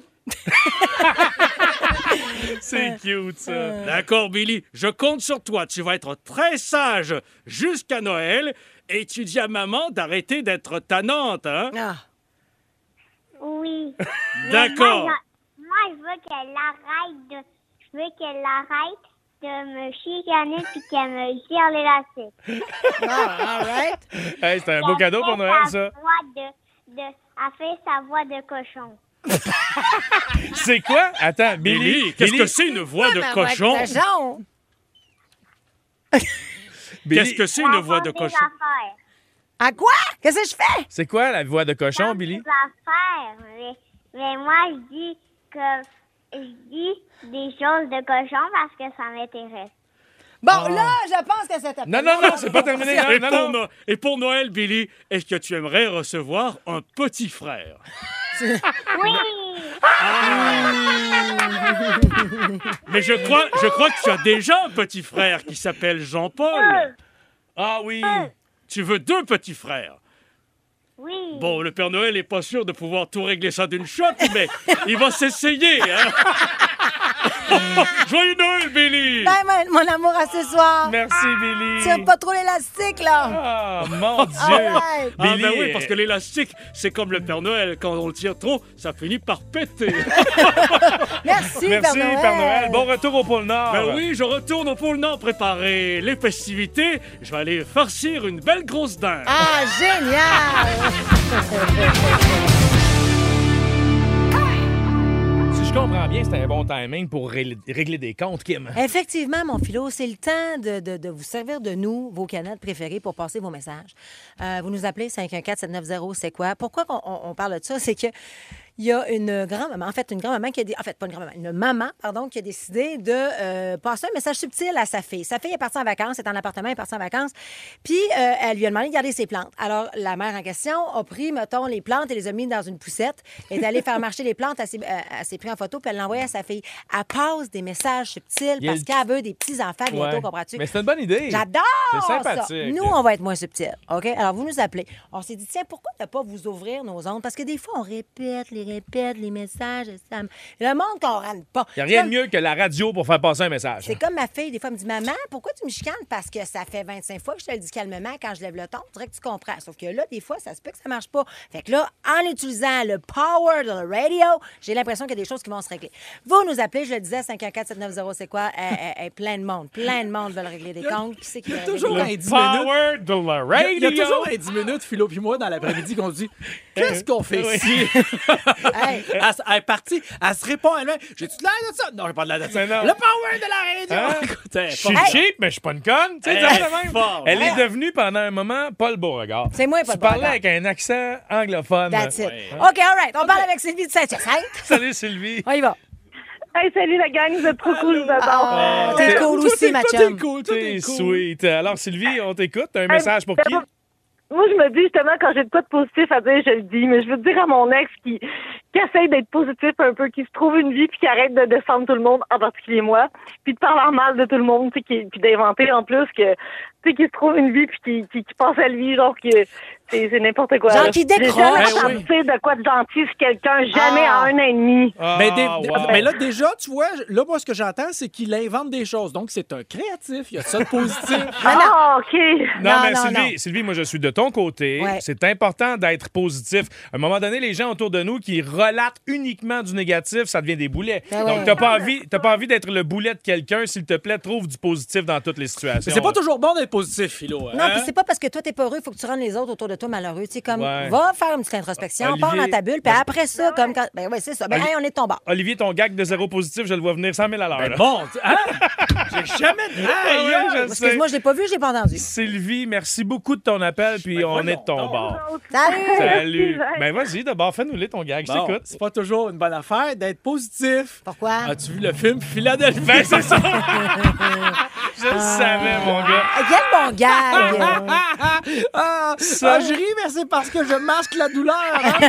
[SPEAKER 2] C'est
[SPEAKER 3] Euh,
[SPEAKER 2] cute, ça.
[SPEAKER 8] Euh. D'accord, Billy, je compte sur toi. Tu vas être très sage jusqu'à Noël et tu dis à maman d'arrêter d'être tannante. Hein?
[SPEAKER 3] Ah.
[SPEAKER 2] <laughs>
[SPEAKER 9] Oui.
[SPEAKER 8] D'accord.
[SPEAKER 9] Moi, je- moi, je veux qu'elle arrête de. Je veux qu'elle arrête de me chicaner puis qu'elle me gire l'élastique.
[SPEAKER 3] Ah, all <laughs> right.
[SPEAKER 2] Hey, c'est un beau cadeau pour Noël, ça.
[SPEAKER 9] Voix de, de, elle fait sa voix de cochon.
[SPEAKER 2] C'est quoi? Attends, Billy.
[SPEAKER 8] Billy, qu'est-ce
[SPEAKER 2] Billy,
[SPEAKER 8] que c'est une voix de
[SPEAKER 3] Ah, Ma voix
[SPEAKER 8] cochon?
[SPEAKER 3] cochon.
[SPEAKER 2] Billy,
[SPEAKER 8] Qu'est-ce que c'est une
[SPEAKER 9] Elle
[SPEAKER 8] voix de
[SPEAKER 9] invente des
[SPEAKER 8] cochon?
[SPEAKER 9] affaires.
[SPEAKER 3] À quoi? Qu'est-ce que je fais?
[SPEAKER 2] c'est quoi la voix de cochon,
[SPEAKER 9] Elle
[SPEAKER 2] Billy?
[SPEAKER 9] invente des affaires, mais, mais moi, je dis que. Je dis des choses de cochon parce que ça m'intéresse.
[SPEAKER 3] Bon, là, je pense que ça t'a
[SPEAKER 2] Non, non, non, c'est pas terminé. hein.
[SPEAKER 8] Et
[SPEAKER 2] Non,
[SPEAKER 8] pour,
[SPEAKER 2] non, non.
[SPEAKER 8] No- et pour Noël, Billy, est-ce que tu aimerais recevoir un petit frère?
[SPEAKER 9] Oui!
[SPEAKER 8] Mais je crois, je crois que tu as déjà un petit frère qui s'appelle Jean-Paul.
[SPEAKER 2] Ah oui.
[SPEAKER 3] Euh,
[SPEAKER 8] Tu veux deux petits frères.
[SPEAKER 9] Oui!
[SPEAKER 8] Bon, le Père Noël n'est pas sûr de pouvoir tout régler ça d'une shot, mais il va s'essayer. hein. <laughs> Joyeux Noël, Billy!
[SPEAKER 3] Ben, mon- mon amour, à ce soir.
[SPEAKER 2] Merci, Billy.
[SPEAKER 3] Tire pas trop l'élastique, là.
[SPEAKER 2] Ah,
[SPEAKER 3] <laughs>
[SPEAKER 2] mon Dieu.
[SPEAKER 3] All right.
[SPEAKER 8] Ah ben
[SPEAKER 2] Billy,
[SPEAKER 8] oui, parce que l'élastique, c'est comme le Père Noël. Quand on le tire trop, ça finit par péter.
[SPEAKER 3] Merci,
[SPEAKER 2] Merci,
[SPEAKER 3] Père Noël.
[SPEAKER 2] Bon retour au pôle Nord.
[SPEAKER 8] <laughs> Ben oui, je retourne au pôle Nord préparer les festivités. Je vais aller farcir une belle grosse dinde.
[SPEAKER 3] Ah, génial.
[SPEAKER 2] Si je comprends bien, c'était un bon timing pour ré- régler des comptes, Kim.
[SPEAKER 3] Effectivement, mon philo, c'est le temps de, de- de vous servir de nous, vos canaux préférés, pour passer vos messages. Euh, vous nous appelez 514-790, c'est quoi? Pourquoi qu'on- on, on parle de ça? C'est que il y a une grand-maman, en fait, une grand-maman qui a dit, en fait, pas une grand-maman, une maman, pardon, qui a décidé de euh, passer un message subtil à sa fille. Sa fille est partie en vacances, est en appartement, elle est partie en vacances, puis euh, elle lui a demandé de garder ses plantes. Alors, la mère en question a pris, mettons, les plantes et les a mis dans une poussette, est allée faire marcher les plantes, elle s'est- euh, elle s'est pris en photo, puis elle l'a envoyé à sa fille. Elle passe des messages subtils
[SPEAKER 2] Il y a
[SPEAKER 3] parce
[SPEAKER 2] le-
[SPEAKER 3] qu'elle veut des petits-enfants bientôt,
[SPEAKER 2] Ouais.
[SPEAKER 3] comprends-tu?
[SPEAKER 2] Mais c'est une bonne idée.
[SPEAKER 3] J'adore!
[SPEAKER 2] C'est
[SPEAKER 3] ça.
[SPEAKER 2] sympathique.
[SPEAKER 3] Nous, on va être moins subtils. OK? Alors, vous nous appelez. On s'est dit, tiens, pourquoi ne pas vous ouvrir nos ondes? Parce que des fois, on répète, les répète, les messages, ça me- Le monde qu'on rentre pas.
[SPEAKER 2] Il n'y a
[SPEAKER 3] C'est
[SPEAKER 2] rien de
[SPEAKER 3] comme-
[SPEAKER 2] mieux que la radio pour faire passer un message.
[SPEAKER 3] C'est comme ma fille, des fois, elle me dit Maman, pourquoi tu me chicanes? Parce que ça fait 25 fois que je te le dis calmement quand je lève le ton. Tu dirais que tu comprends. Sauf que là, des fois, ça se peut que ça marche pas. Fait que là, en utilisant le power de la radio, j'ai l'impression qu'il y a des choses qui vont se régler. Vous nous appelez, je le disais, 514-790, c'est quoi? Euh, euh, euh, plein de monde. Plein de monde veulent régler des comptes. Qui c'est qui
[SPEAKER 4] Il y a
[SPEAKER 3] va
[SPEAKER 4] toujours
[SPEAKER 3] régler?
[SPEAKER 4] un 10 minutes.
[SPEAKER 2] Power de la radio.
[SPEAKER 4] Il y a toujours un 10 minutes, Philo puis moi, dans l'après-midi, qu'on se dit Qu'est-ce qu'on fait ici
[SPEAKER 3] Hey.
[SPEAKER 4] Elle s- elle est partie, elle se répond elle-même J'ai-tu de l'air de ça Non, j'ai pas de l'air de ça.
[SPEAKER 2] Mais non.
[SPEAKER 4] Le power de la
[SPEAKER 2] Hein?
[SPEAKER 4] radio Écoutez,
[SPEAKER 2] Je suis
[SPEAKER 4] pas-
[SPEAKER 2] cheap, mais je suis pas une conne. Tu sais,
[SPEAKER 4] Hey,
[SPEAKER 2] ça va de même.
[SPEAKER 4] fort.
[SPEAKER 2] Elle est devenue pendant un moment Paul Beauregard.
[SPEAKER 3] C'est moi, Paul
[SPEAKER 2] Tu parlais
[SPEAKER 3] Beauregard.
[SPEAKER 2] avec un accent anglophone.
[SPEAKER 3] That's it. OK, all right. On parle avec Sylvie de Saint-Hyacinthe.
[SPEAKER 2] Salut Sylvie.
[SPEAKER 4] Ah,
[SPEAKER 3] On y va.
[SPEAKER 7] Hey, salut la gang, vous êtes trop cool, vous adore.
[SPEAKER 3] Ah, T'es cool
[SPEAKER 4] Toi,
[SPEAKER 3] aussi,
[SPEAKER 4] t'es-
[SPEAKER 3] ma
[SPEAKER 4] toi,
[SPEAKER 3] chum.
[SPEAKER 4] T'es cool, toi, t'es
[SPEAKER 2] T'es
[SPEAKER 4] cool.
[SPEAKER 2] sweet. Alors Sylvie, on t'écoute. T'as un message pour qui?
[SPEAKER 7] Moi, je me dis justement, quand j'ai de quoi de positif à dire, je le dis, mais je veux dire à mon ex qui, qui essaie d'être positif un peu, qui se trouve une vie, puis qui arrête de descendre tout le monde, en particulier moi, puis de parler en mal de tout le monde, tu sais, qui- puis d'inventer en plus que, tu sais, qui se trouve une vie, puis qui, qui, qui pense à lui, genre, que c'est c'est n'importe quoi.
[SPEAKER 4] Genre
[SPEAKER 7] là.
[SPEAKER 4] qui
[SPEAKER 7] J'ai
[SPEAKER 4] décroche.
[SPEAKER 7] jamais
[SPEAKER 4] Ben oui.
[SPEAKER 7] pensé de quoi de gentil sur quelqu'un, jamais en
[SPEAKER 4] Ah.
[SPEAKER 7] un an et demi.
[SPEAKER 4] mais, des-
[SPEAKER 2] Ah,
[SPEAKER 4] des- mais là, déjà, tu vois, là, moi, ce que j'entends, c'est qu'il invente des choses. Donc, c'est un créatif. Il y a ça
[SPEAKER 2] <laughs>
[SPEAKER 4] de positif.
[SPEAKER 7] Ah, OK.
[SPEAKER 2] Non, mais Sylvie, Sylvie, moi, je suis de ton côté.
[SPEAKER 4] Ouais.
[SPEAKER 2] C'est important d'être positif. À un moment donné, les gens autour de nous qui relatent uniquement du négatif, ça devient des boulets.
[SPEAKER 4] Ben
[SPEAKER 2] Donc,
[SPEAKER 4] ouais.
[SPEAKER 2] t'as pas envie, t'as pas envie d'être le boulet de quelqu'un. S'il te plaît, trouve du positif dans toutes les situations.
[SPEAKER 4] Mais c'est pas toujours bon d'être positif, Philo. hein.
[SPEAKER 3] Non,
[SPEAKER 2] Hein?
[SPEAKER 3] puis c'est pas parce que toi, t'es pas heureux, il faut que tu rendes les autres autour de toi malheureux. Tu sais, comme,
[SPEAKER 2] Ouais. Ah,
[SPEAKER 3] va faire une petite introspection,
[SPEAKER 2] Olivier-
[SPEAKER 3] pars dans ta bulle, puis après ça, comme quand. Ben oui, c'est ça. Ben,
[SPEAKER 2] Oli-
[SPEAKER 3] hey, on est de ton bord.
[SPEAKER 2] Olivier, ton gag de zéro positif, je le vois venir 100 000 à l'heure. là.
[SPEAKER 4] bon, hein? J'ai jamais
[SPEAKER 2] Ah, ouais, je sais.
[SPEAKER 3] Excuse-moi, je l'ai pas vu, je l'ai pas
[SPEAKER 2] <laughs>
[SPEAKER 3] entendu.
[SPEAKER 2] Sylvie, merci beaucoup de ton appel, puis on est de ton bord.
[SPEAKER 3] Salut!
[SPEAKER 2] Salut. Ben vas-y, d'abord, fais-nous lire ton gag, je
[SPEAKER 4] Bon,
[SPEAKER 2] t'écoute.
[SPEAKER 4] C'est pas toujours une bonne affaire d'être positif.
[SPEAKER 3] Pourquoi?
[SPEAKER 4] As-tu vu le film Philadelphie?
[SPEAKER 2] Ah. Ben, c'est ça! je le savais, mon gars.
[SPEAKER 3] Ah,
[SPEAKER 2] ah,
[SPEAKER 3] Quel bon gag!
[SPEAKER 4] <laughs> ah,
[SPEAKER 2] Ça-
[SPEAKER 4] ah, je ris, mais c'est parce que je masque la douleur.
[SPEAKER 2] <laughs>
[SPEAKER 4] hein.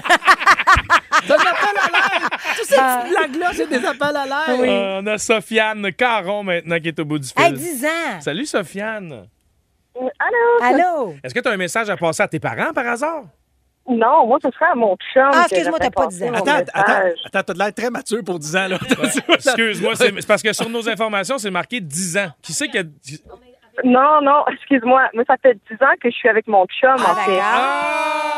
[SPEAKER 4] Ça m'appelle à l'air. Tous ces
[SPEAKER 2] Ah.
[SPEAKER 4] petites blagues-là, c'est des appels à l'air.
[SPEAKER 2] Euh, on a Sofiane Caron maintenant qui est au bout du fil.
[SPEAKER 3] Hey, 10 ans!
[SPEAKER 2] Salut Sofiane.
[SPEAKER 7] Allô?
[SPEAKER 3] Allô?
[SPEAKER 2] Est-ce que tu as un message à passer à tes parents par hasard?
[SPEAKER 7] Non, moi, ce serait à mon chum.
[SPEAKER 3] Ah,
[SPEAKER 7] que
[SPEAKER 3] excuse-moi, t'as
[SPEAKER 7] j'aurais
[SPEAKER 3] pas
[SPEAKER 7] passé
[SPEAKER 3] dit.
[SPEAKER 7] mon
[SPEAKER 4] Attends, attends,
[SPEAKER 7] message.
[SPEAKER 4] attends, t'as de l'air très mature pour 10 ans, là. <laughs>
[SPEAKER 2] Excuse-moi, c'est c'est parce que sur nos informations, c'est marqué 10 ans. Qui c'est qui a.
[SPEAKER 7] Non, non, excuse-moi. Moi, ça fait 10 ans que je suis avec mon
[SPEAKER 2] Ah,
[SPEAKER 7] chum,
[SPEAKER 3] Ah,
[SPEAKER 7] en fait.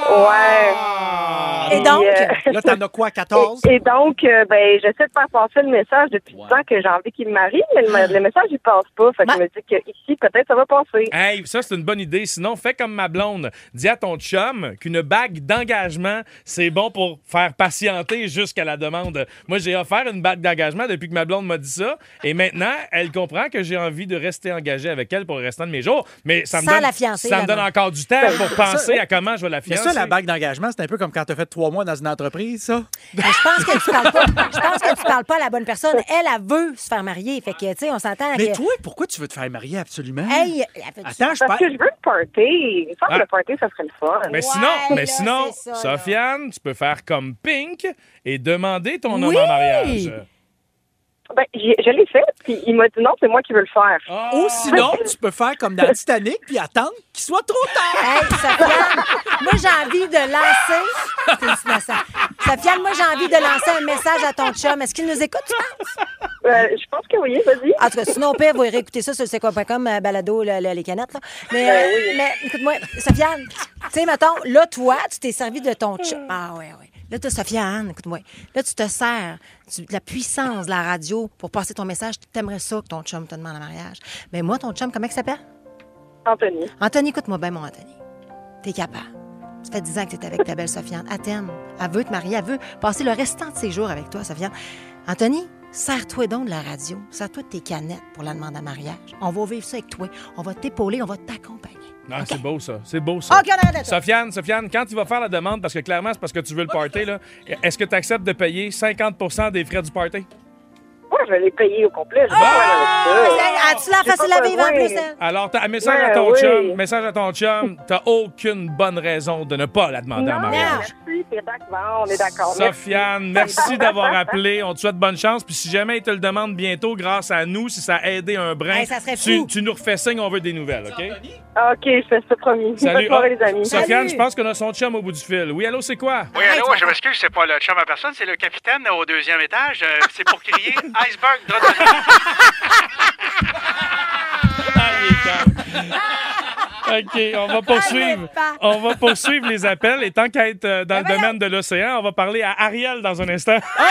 [SPEAKER 7] Ouais.
[SPEAKER 2] Ah,
[SPEAKER 3] Et donc?
[SPEAKER 7] euh,
[SPEAKER 4] Là, t'en as quoi, 14?
[SPEAKER 7] Et, et donc, euh, ben, j'essaie de faire passer le message depuis 10 ans que j'ai envie qu'il me marie, mais le, me- le message, il passe pas. Fait que je me dis qu'ici, peut-être, ça va passer.
[SPEAKER 2] Hey, ça, c'est une bonne idée. Sinon, fais comme ma blonde. Dis à ton chum qu'une bague d'engagement, c'est bon pour faire patienter jusqu'à la demande. Moi, j'ai offert une bague d'engagement depuis que ma blonde m'a dit ça. Et maintenant, elle comprend que j'ai envie de rester engagé avec elle pour le restant de mes jours. Mais ça me
[SPEAKER 3] Sans
[SPEAKER 2] donne,
[SPEAKER 3] la fiancer, Ben,
[SPEAKER 2] ça me
[SPEAKER 3] là-bas.
[SPEAKER 2] donne encore du temps pour penser
[SPEAKER 3] oh.
[SPEAKER 2] à comment je vais la
[SPEAKER 4] Mais
[SPEAKER 2] fiancer.
[SPEAKER 4] ça, la bague d'engagement, c'est un peu comme quand t'as fait trois mois dans une entreprise, ça.
[SPEAKER 3] Mais <laughs> je pense que tu parles pas. Je pense que tu parles pas à la bonne
[SPEAKER 2] <laughs>
[SPEAKER 3] personne. Elle, elle veut se faire marier. Fait que, tu sais, on s'entend
[SPEAKER 4] Mais
[SPEAKER 3] que-
[SPEAKER 4] toi, pourquoi tu veux te faire marier absolument?
[SPEAKER 3] Ah, Hey, euh, elle fait du-
[SPEAKER 4] Attends,
[SPEAKER 7] Parce
[SPEAKER 4] je parle.
[SPEAKER 7] que je veux le party. Je pense
[SPEAKER 2] Ah.
[SPEAKER 7] que le party, ça serait le fun.
[SPEAKER 2] Mais sinon, mais
[SPEAKER 3] là,
[SPEAKER 2] sinon
[SPEAKER 3] c'est ça, là.
[SPEAKER 2] Sofiane, tu peux faire comme Pink et demander ton homme
[SPEAKER 3] Oui!
[SPEAKER 2] en mariage.
[SPEAKER 7] Ben, j'ai- je l'ai fait, puis il m'a dit non, c'est moi qui veux le faire.
[SPEAKER 4] Ou sinon, tu peux faire comme dans Titanic puis attendre qu'il soit trop tard.
[SPEAKER 3] Hey, Sofiane, moi, j'ai envie de lancer. C'est innocent. Sofiane, moi, j'ai envie de lancer un message à ton chum. Est-ce qu'il nous écoute, tu penses?
[SPEAKER 7] Euh, je pense que oui, vas-y.
[SPEAKER 3] En tout cas, sinon, au pire, vous irez écouter ça sur secoin.com, euh, balado, le- le- les canettes. Là. Mais, euh,
[SPEAKER 7] Ben oui.
[SPEAKER 3] mais écoute-moi, Sofiane, tu sais, mettons, là, toi, tu t'es servi de ton chum.
[SPEAKER 7] Hmm.
[SPEAKER 3] Ah, ouais, ouais. Là, tu Sofiane, écoute-moi. Là, tu te sers tu- de la puissance de la radio pour passer ton message. T'aimerais ça que ton chum te demande en mariage. Mais moi, ton chum, comment il s'appelle?
[SPEAKER 7] Anthony.
[SPEAKER 3] Anthony, écoute-moi bien, mon Anthony. T'es capable. Ça fait 10 ans que t'es avec ta belle Sofiane. Elle t'aime. Elle veut te marier. Elle veut passer le restant de ses jours avec toi, Sofiane. Anthony, serre-toi donc de la radio. Serre-toi de tes canettes pour la demande en mariage. On va vivre ça avec toi. On va t'épauler. On va t'accompagner.
[SPEAKER 2] Non, c'est beau ça. C'est beau ça.
[SPEAKER 3] OK, on arrête là-dessus.
[SPEAKER 2] Sofiane, Sofiane, quand tu vas faire la demande, parce que clairement, c'est parce que tu veux le party, là, est-ce que tu acceptes de payer 50 des frais du party?
[SPEAKER 7] Moi, je vais les payer au complet. Je vais pas aller avec ça.
[SPEAKER 3] Hey, As-tu la
[SPEAKER 7] J'ai
[SPEAKER 3] facile
[SPEAKER 7] pas
[SPEAKER 3] à vivre en
[SPEAKER 7] besoin.
[SPEAKER 3] plus, elle?
[SPEAKER 2] Alors, t'as un message
[SPEAKER 7] Ouais,
[SPEAKER 2] à ton
[SPEAKER 7] oui.
[SPEAKER 2] chum, message à ton chum, t'as aucune bonne raison de ne pas la demander en
[SPEAKER 7] Non,
[SPEAKER 2] mariage.
[SPEAKER 7] Merci, c'est d'accord, Ah, on est d'accord. Merci.
[SPEAKER 2] Sofiane, merci d'avoir appelé. On te souhaite bonne chance. Puis si jamais il te le demande bientôt, grâce à nous, si ça a aidé un brin,
[SPEAKER 3] Hey, ça serait
[SPEAKER 2] tu,
[SPEAKER 3] fou.
[SPEAKER 2] tu nous refais signe, on veut des nouvelles, OK?
[SPEAKER 7] OK, je fais ça, promis. Bonne
[SPEAKER 2] Salut.
[SPEAKER 7] soirée,
[SPEAKER 2] Ah,
[SPEAKER 7] les amis.
[SPEAKER 2] Sofiane,
[SPEAKER 3] Salut.
[SPEAKER 2] je pense qu'on a son chum au bout du fil. Oui, allô, c'est quoi?
[SPEAKER 10] Oui, allô, je m'excuse, c'est pas le chum à personne, c'est le capitaine au deuxième étage. Euh, c'est pour
[SPEAKER 7] <laughs>
[SPEAKER 10] crier Iceberg droit dans le-
[SPEAKER 2] Ah, il est calme. OK, on va poursuivre.
[SPEAKER 3] Arrête pas.
[SPEAKER 2] On va poursuivre les appels. Et tant qu'à être euh, dans le domaine de l'océan, on va parler à Ariel dans un instant.
[SPEAKER 3] Ah,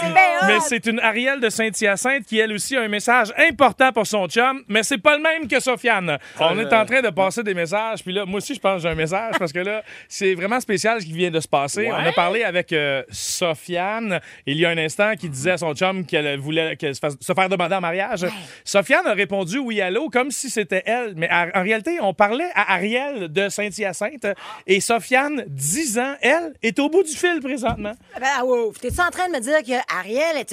[SPEAKER 3] c'est bien hot.
[SPEAKER 2] Mais c'est une Ariel de Saint-Hyacinthe qui, elle aussi, a un message important pour son chum, mais c'est pas le même que Sofiane. On est en train de passer des messages, puis là, moi aussi, je pense que j'ai un message parce que là, <laughs> c'est vraiment spécial ce qui vient de se passer. On a parlé avec euh, Sofiane il y a un instant qui disait à son chum qu'elle voulait qu'elle se, fasse- se faire demander en mariage. Sofiane a répondu oui, allô, comme si c'était elle. Mais à- en réalité, on parlait à Ariel de Saint-Hyacinthe et Sofiane, 10 ans, elle, est au bout du fil présentement.
[SPEAKER 3] Ben, ah, wow. T'es-tu en train de me dire que Ariel, est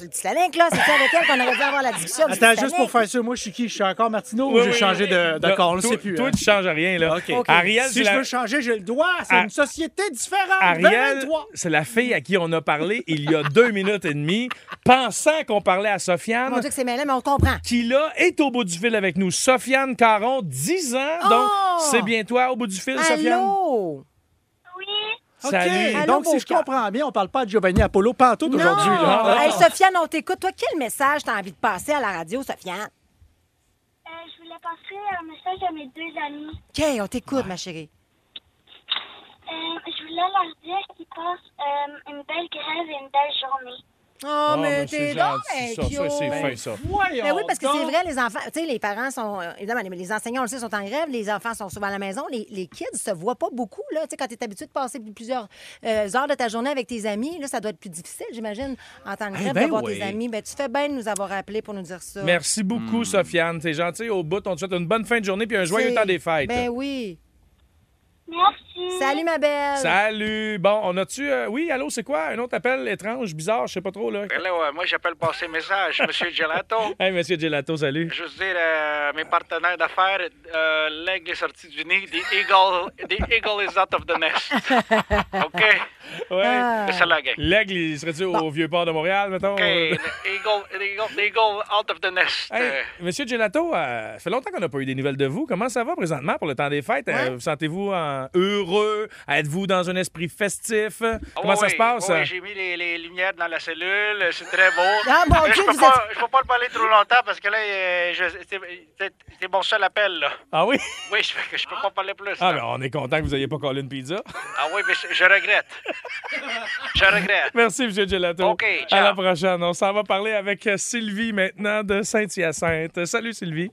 [SPEAKER 3] le Titanic, là? C'est avec elle qu'on aurait dû avoir la discussion. du
[SPEAKER 4] Attends, juste
[SPEAKER 3] Titanic.
[SPEAKER 4] pour faire sûr, moi, je suis qui? Je suis encore Martineau
[SPEAKER 2] Oui,
[SPEAKER 4] ou j'ai
[SPEAKER 2] oui,
[SPEAKER 4] changé
[SPEAKER 2] oui.
[SPEAKER 4] de. D'accord, on le
[SPEAKER 2] Toi-
[SPEAKER 4] sait plus.
[SPEAKER 2] toi,
[SPEAKER 4] hein.
[SPEAKER 2] tu changes rien, là.
[SPEAKER 4] OK.
[SPEAKER 2] Ariel,
[SPEAKER 4] si
[SPEAKER 2] c'est
[SPEAKER 4] je
[SPEAKER 2] la-
[SPEAKER 4] veux changer, j'ai le doigt. C'est
[SPEAKER 2] Ah.
[SPEAKER 4] une société différente.
[SPEAKER 2] Ariel,
[SPEAKER 4] 2023.
[SPEAKER 2] c'est la fille à qui on a parlé il y a
[SPEAKER 3] <laughs>
[SPEAKER 2] deux minutes et demie, pensant qu'on parlait à Sofiane.
[SPEAKER 3] Mon Dieu que c'est mêlé, mais on comprend.
[SPEAKER 2] qui là est au bout du fil avec nous. Sofiane Caron, 10 ans. Donc,
[SPEAKER 3] Oh!
[SPEAKER 2] c'est bien toi au bout du fil, Sofiane.
[SPEAKER 3] Allô?
[SPEAKER 4] OK.
[SPEAKER 2] Salut.
[SPEAKER 4] Donc, si je comprends bien, on parle pas de Giovanni Apollo pantoute aujourd'hui. là.
[SPEAKER 3] Non. Hey, Sofiane, on t'écoute. Toi, quel message t'as envie de passer à la radio, Sofiane?
[SPEAKER 9] Euh, je voulais passer un message à mes deux amis.
[SPEAKER 3] OK, on t'écoute, ma chérie.
[SPEAKER 9] Euh, je voulais leur dire qu'ils passent euh, une belle grève et une belle journée.
[SPEAKER 3] Oh, mais
[SPEAKER 2] ben, c'est
[SPEAKER 3] t'es
[SPEAKER 2] gentil,
[SPEAKER 3] donc ben
[SPEAKER 2] ça. Ça,
[SPEAKER 3] cute.
[SPEAKER 2] c'est fin, ça.
[SPEAKER 3] Ben oui, parce que c'est vrai, les enfants, tu sais, les parents sont, euh, évidemment, les- les enseignants, on le sait, sont en grève, les enfants sont souvent à la maison, les, les kids se voient pas beaucoup, là, tu sais, quand t'es habitué de passer plusieurs euh, heures de ta journée avec tes amis, là, ça doit être plus difficile, j'imagine, en tant que
[SPEAKER 2] Eh
[SPEAKER 3] grève,
[SPEAKER 2] ben
[SPEAKER 3] de voir
[SPEAKER 2] oui.
[SPEAKER 3] tes amis. Ben, tu fais bien de nous avoir appelés pour nous dire ça.
[SPEAKER 2] Merci
[SPEAKER 4] Hmm.
[SPEAKER 2] beaucoup, Sofiane. T'es gentil au bout. On te souhaite une bonne fin de journée puis un joyeux
[SPEAKER 3] C'est-
[SPEAKER 2] temps des fêtes.
[SPEAKER 3] Ben oui.
[SPEAKER 9] Merci.
[SPEAKER 3] Salut, ma belle.
[SPEAKER 2] Salut. Bon, on a-tu. euh, Oui, allô, c'est quoi? Un autre appel étrange, bizarre, je sais pas trop, là.
[SPEAKER 10] Hello, euh, moi j'appelle passer message, Monsieur Gelato.
[SPEAKER 2] Hey, monsieur Gelato, salut.
[SPEAKER 10] Juste dire à mes partenaires d'affaires, euh, l'aigle est sorti du nid, the eagle, the eagle is out of the nest. OK?
[SPEAKER 3] Ah.
[SPEAKER 2] Ouais.
[SPEAKER 10] C'est ça la gang.
[SPEAKER 2] L'aigle, il serait-tu au vieux port de Montréal, mettons? <laughs>
[SPEAKER 10] Hey, the eagle, the eagle, the eagle out of the nest.
[SPEAKER 2] Hey, Monsieur Gelato, euh, ça fait longtemps qu'on n'a pas eu des nouvelles de vous. Comment ça va présentement pour le temps des fêtes? Euh, vous sentez-vous euh, heureux? Êtes-vous dans un esprit festif? Comment ça se passe?
[SPEAKER 10] Ah
[SPEAKER 2] hein?
[SPEAKER 10] Oui, j'ai mis les, les lumières dans la cellule, c'est très beau.
[SPEAKER 2] <laughs> Ah, mon
[SPEAKER 10] Mais
[SPEAKER 2] Dieu,
[SPEAKER 10] je peux
[SPEAKER 2] vous
[SPEAKER 10] pas,
[SPEAKER 2] êtes-
[SPEAKER 10] je peux pas le parler trop longtemps parce que là, euh, je- c'est- c'est c'est mon seul appel. Là.
[SPEAKER 2] Ah oui?
[SPEAKER 10] Oui, je, je peux pas parler plus.
[SPEAKER 2] Ah,
[SPEAKER 10] là.
[SPEAKER 2] ben, on est content que vous n'ayez pas collé une pizza. <laughs>
[SPEAKER 10] Ah oui, mais je, je regrette. Je regrette.
[SPEAKER 2] Merci, M. Gelato.
[SPEAKER 10] OK,
[SPEAKER 2] à
[SPEAKER 10] ciao.
[SPEAKER 2] la prochaine. On s'en va parler avec euh, Sylvie maintenant de Saint-Hyacinthe. Salut, Sylvie.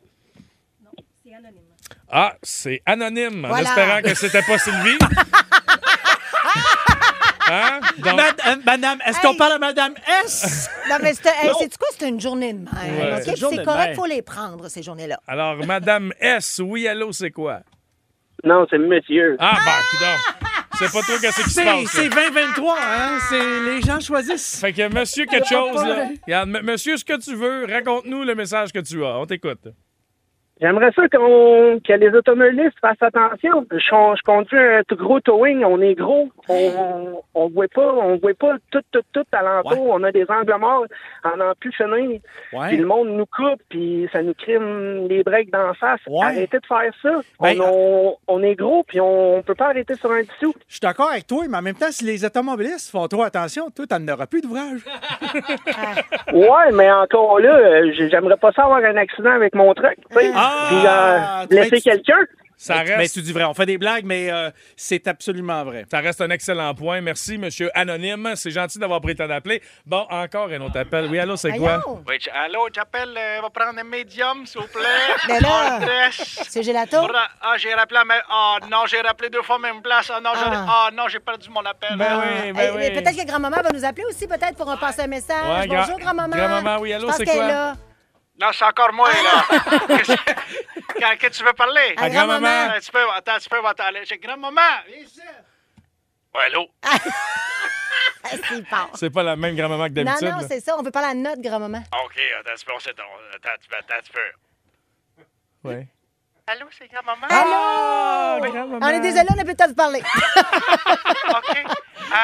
[SPEAKER 2] Ah, c'est anonyme, en
[SPEAKER 4] Voilà.
[SPEAKER 2] espérant que c'était pas Sylvie. hein? Donc-
[SPEAKER 4] Mad- euh, madame, est-ce qu'on parle à Madame S?
[SPEAKER 3] Non, mais c'est hey,
[SPEAKER 4] Non.
[SPEAKER 3] sais-tu quoi? C'est une journée de
[SPEAKER 2] Ouais.
[SPEAKER 3] merde.
[SPEAKER 2] C'est une journée
[SPEAKER 3] C'est
[SPEAKER 2] de
[SPEAKER 3] correct,
[SPEAKER 2] merde.
[SPEAKER 3] faut les prendre, ces journées-là.
[SPEAKER 2] Alors, Madame S, oui, allô, c'est quoi?
[SPEAKER 11] <laughs> Non, c'est monsieur.
[SPEAKER 2] Ah, ben, coudonc. C'est pas trop qu'est-ce qui se
[SPEAKER 4] <laughs> C'est-
[SPEAKER 2] passe.
[SPEAKER 4] c'est
[SPEAKER 2] 2023, hein? les gens choisissent. Fait que monsieur quelque chose, là. Regarde, m- monsieur, ce que tu veux, raconte-nous le message que tu as. On t'écoute.
[SPEAKER 11] J'aimerais ça qu'on que les automobilistes fassent attention. Je, je conduis un t- gros towing, on est gros, on on voit pas, on voit pas tout tout tout alentour, on a des angles morts, on en plus finir.
[SPEAKER 4] Ouais.
[SPEAKER 11] Puis le monde nous coupe, puis ça nous crime les breaks d'en face. Arrêtez de faire ça.
[SPEAKER 4] Ben,
[SPEAKER 11] on, on- on est gros, puis on, on peut pas arrêter sur un dessous.
[SPEAKER 4] Je suis d'accord avec toi, mais en même temps, si les automobilistes font trop attention, toi, t'en auras plus d'ouvrage.
[SPEAKER 11] Ouais, mais encore là, euh, j'ai- j'aimerais pas ça avoir un accident avec mon truck, tu sais. Puis, euh,
[SPEAKER 4] Ah,
[SPEAKER 11] laisser quelqu'un.
[SPEAKER 2] Ça reste.
[SPEAKER 4] Mais c'est du vrai. On fait des blagues, mais euh, c'est absolument vrai.
[SPEAKER 2] Ça reste un excellent point. Merci, monsieur Anonyme. C'est gentil d'avoir pris le temps d'appeler. Bon, encore un autre appel. Oui, allô, c'est quoi?
[SPEAKER 10] Oui, j- allô, j'appelle, euh, va prendre un médium, s'il vous plaît.
[SPEAKER 4] <laughs>
[SPEAKER 3] Mais là,
[SPEAKER 10] On dresse.
[SPEAKER 3] c'est gelato?
[SPEAKER 10] Bra- Eh, Ah, j'ai rappelé, mais ah non, j'ai rappelé deux fois même place. Ah non, j'ai ah, non, j'ai perdu mon appel.
[SPEAKER 2] Ben oui, ben
[SPEAKER 3] Hey,
[SPEAKER 2] oui.
[SPEAKER 3] Eh, mais peut-être que grand-maman va nous appeler aussi, peut-être, pour passer un message.
[SPEAKER 10] Ouais,
[SPEAKER 3] Bonjour,
[SPEAKER 10] grand-
[SPEAKER 3] grand-maman.
[SPEAKER 10] grand-maman, oui, allô,
[SPEAKER 3] Je pense
[SPEAKER 10] c'est
[SPEAKER 3] qu'elle
[SPEAKER 10] quoi?
[SPEAKER 3] est là.
[SPEAKER 10] Non, c'est encore moi, là. <laughs> Quand que tu veux parler?
[SPEAKER 3] À grand-maman.
[SPEAKER 10] Euh, Tu peux, attends, tu peux m'attendre. J'ai grand-maman. viens ici. Ouais, allô?
[SPEAKER 3] C'est pas.
[SPEAKER 2] C'est pas la même grand-maman que
[SPEAKER 3] Non,
[SPEAKER 2] d'habitude.
[SPEAKER 3] non,
[SPEAKER 2] là. Oh,
[SPEAKER 3] c'est ça. On veut parler à notre grand-maman.
[SPEAKER 10] OK, attends, tu peux, on s'étonne. Attends, tu peux, attends, tu peux.
[SPEAKER 2] Ouais.
[SPEAKER 10] Allô, c'est grand-maman?
[SPEAKER 3] Allô?
[SPEAKER 10] Oui.
[SPEAKER 3] Oh, On est désolé, on n'a plus le temps de parler. <laughs>
[SPEAKER 10] OK. Euh,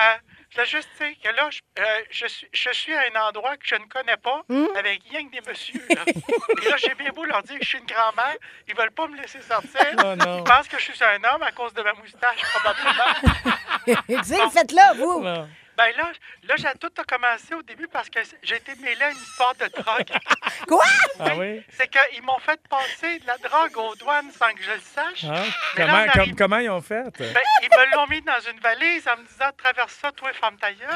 [SPEAKER 10] je voulais juste dire que là, je, euh, je suis, je suis à un endroit que je ne connais pas avec rien que des messieurs. Là. Et là, j'ai bien beau leur dire que je suis une grand-mère. Ils veulent pas me laisser sortir.
[SPEAKER 3] Oh, non.
[SPEAKER 10] Ils pensent que je suis un homme à cause de ma moustache, probablement.
[SPEAKER 3] tu sais, faites-le, vous.
[SPEAKER 10] Ben là, là j'ai- tout a commencé au début parce que j'ai été mêlé à une histoire de drogue.
[SPEAKER 3] Quoi?
[SPEAKER 2] Ah oui?
[SPEAKER 10] C'est qu'ils m'ont fait passer de la drogue aux douanes sans que je le sache.
[SPEAKER 2] Hein?
[SPEAKER 10] Mais là,
[SPEAKER 2] Comment,
[SPEAKER 10] on arrive-
[SPEAKER 2] comme- comment ils ont fait?
[SPEAKER 10] Ben, ils me l'ont mis dans une valise en me disant traverse ça, toi, femme tailleur.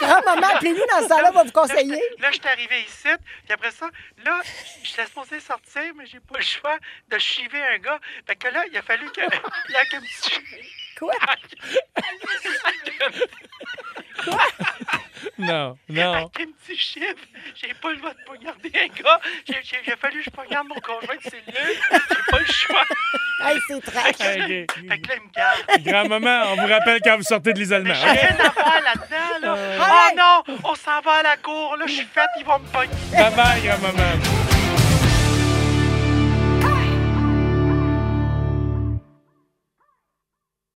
[SPEAKER 3] Grand-maman, appelez-nous dans ce temps-là, on va vous conseiller.
[SPEAKER 10] Là, je suis arrivé ici, puis après ça, là, j'étais supposé sortir, mais j'ai pas le choix de chiver un gars. Fait que là, il a fallu que. Il y a que me <laughs> Quoi?
[SPEAKER 2] Quoi? Non,
[SPEAKER 10] J'ai <laughs>
[SPEAKER 2] non.
[SPEAKER 10] marqué un petit chiffre. J'ai pas le droit de poignarder un gars. J'ai, j'ai, j'ai fallu que je poignarde mon conjoint de cellule. J'ai pas le choix.
[SPEAKER 3] Hey, c'est trash.
[SPEAKER 10] Fait que là, fait que là, il me garde.
[SPEAKER 2] Grand-maman, on vous rappelle quand vous sortez de l'isolement.
[SPEAKER 10] J'ai rien à faire Ah là-dedans, là. Oh non, on s'en va à la cour. Là, je suis faite, ils vont me pogner.
[SPEAKER 2] Bye-bye, grand-maman.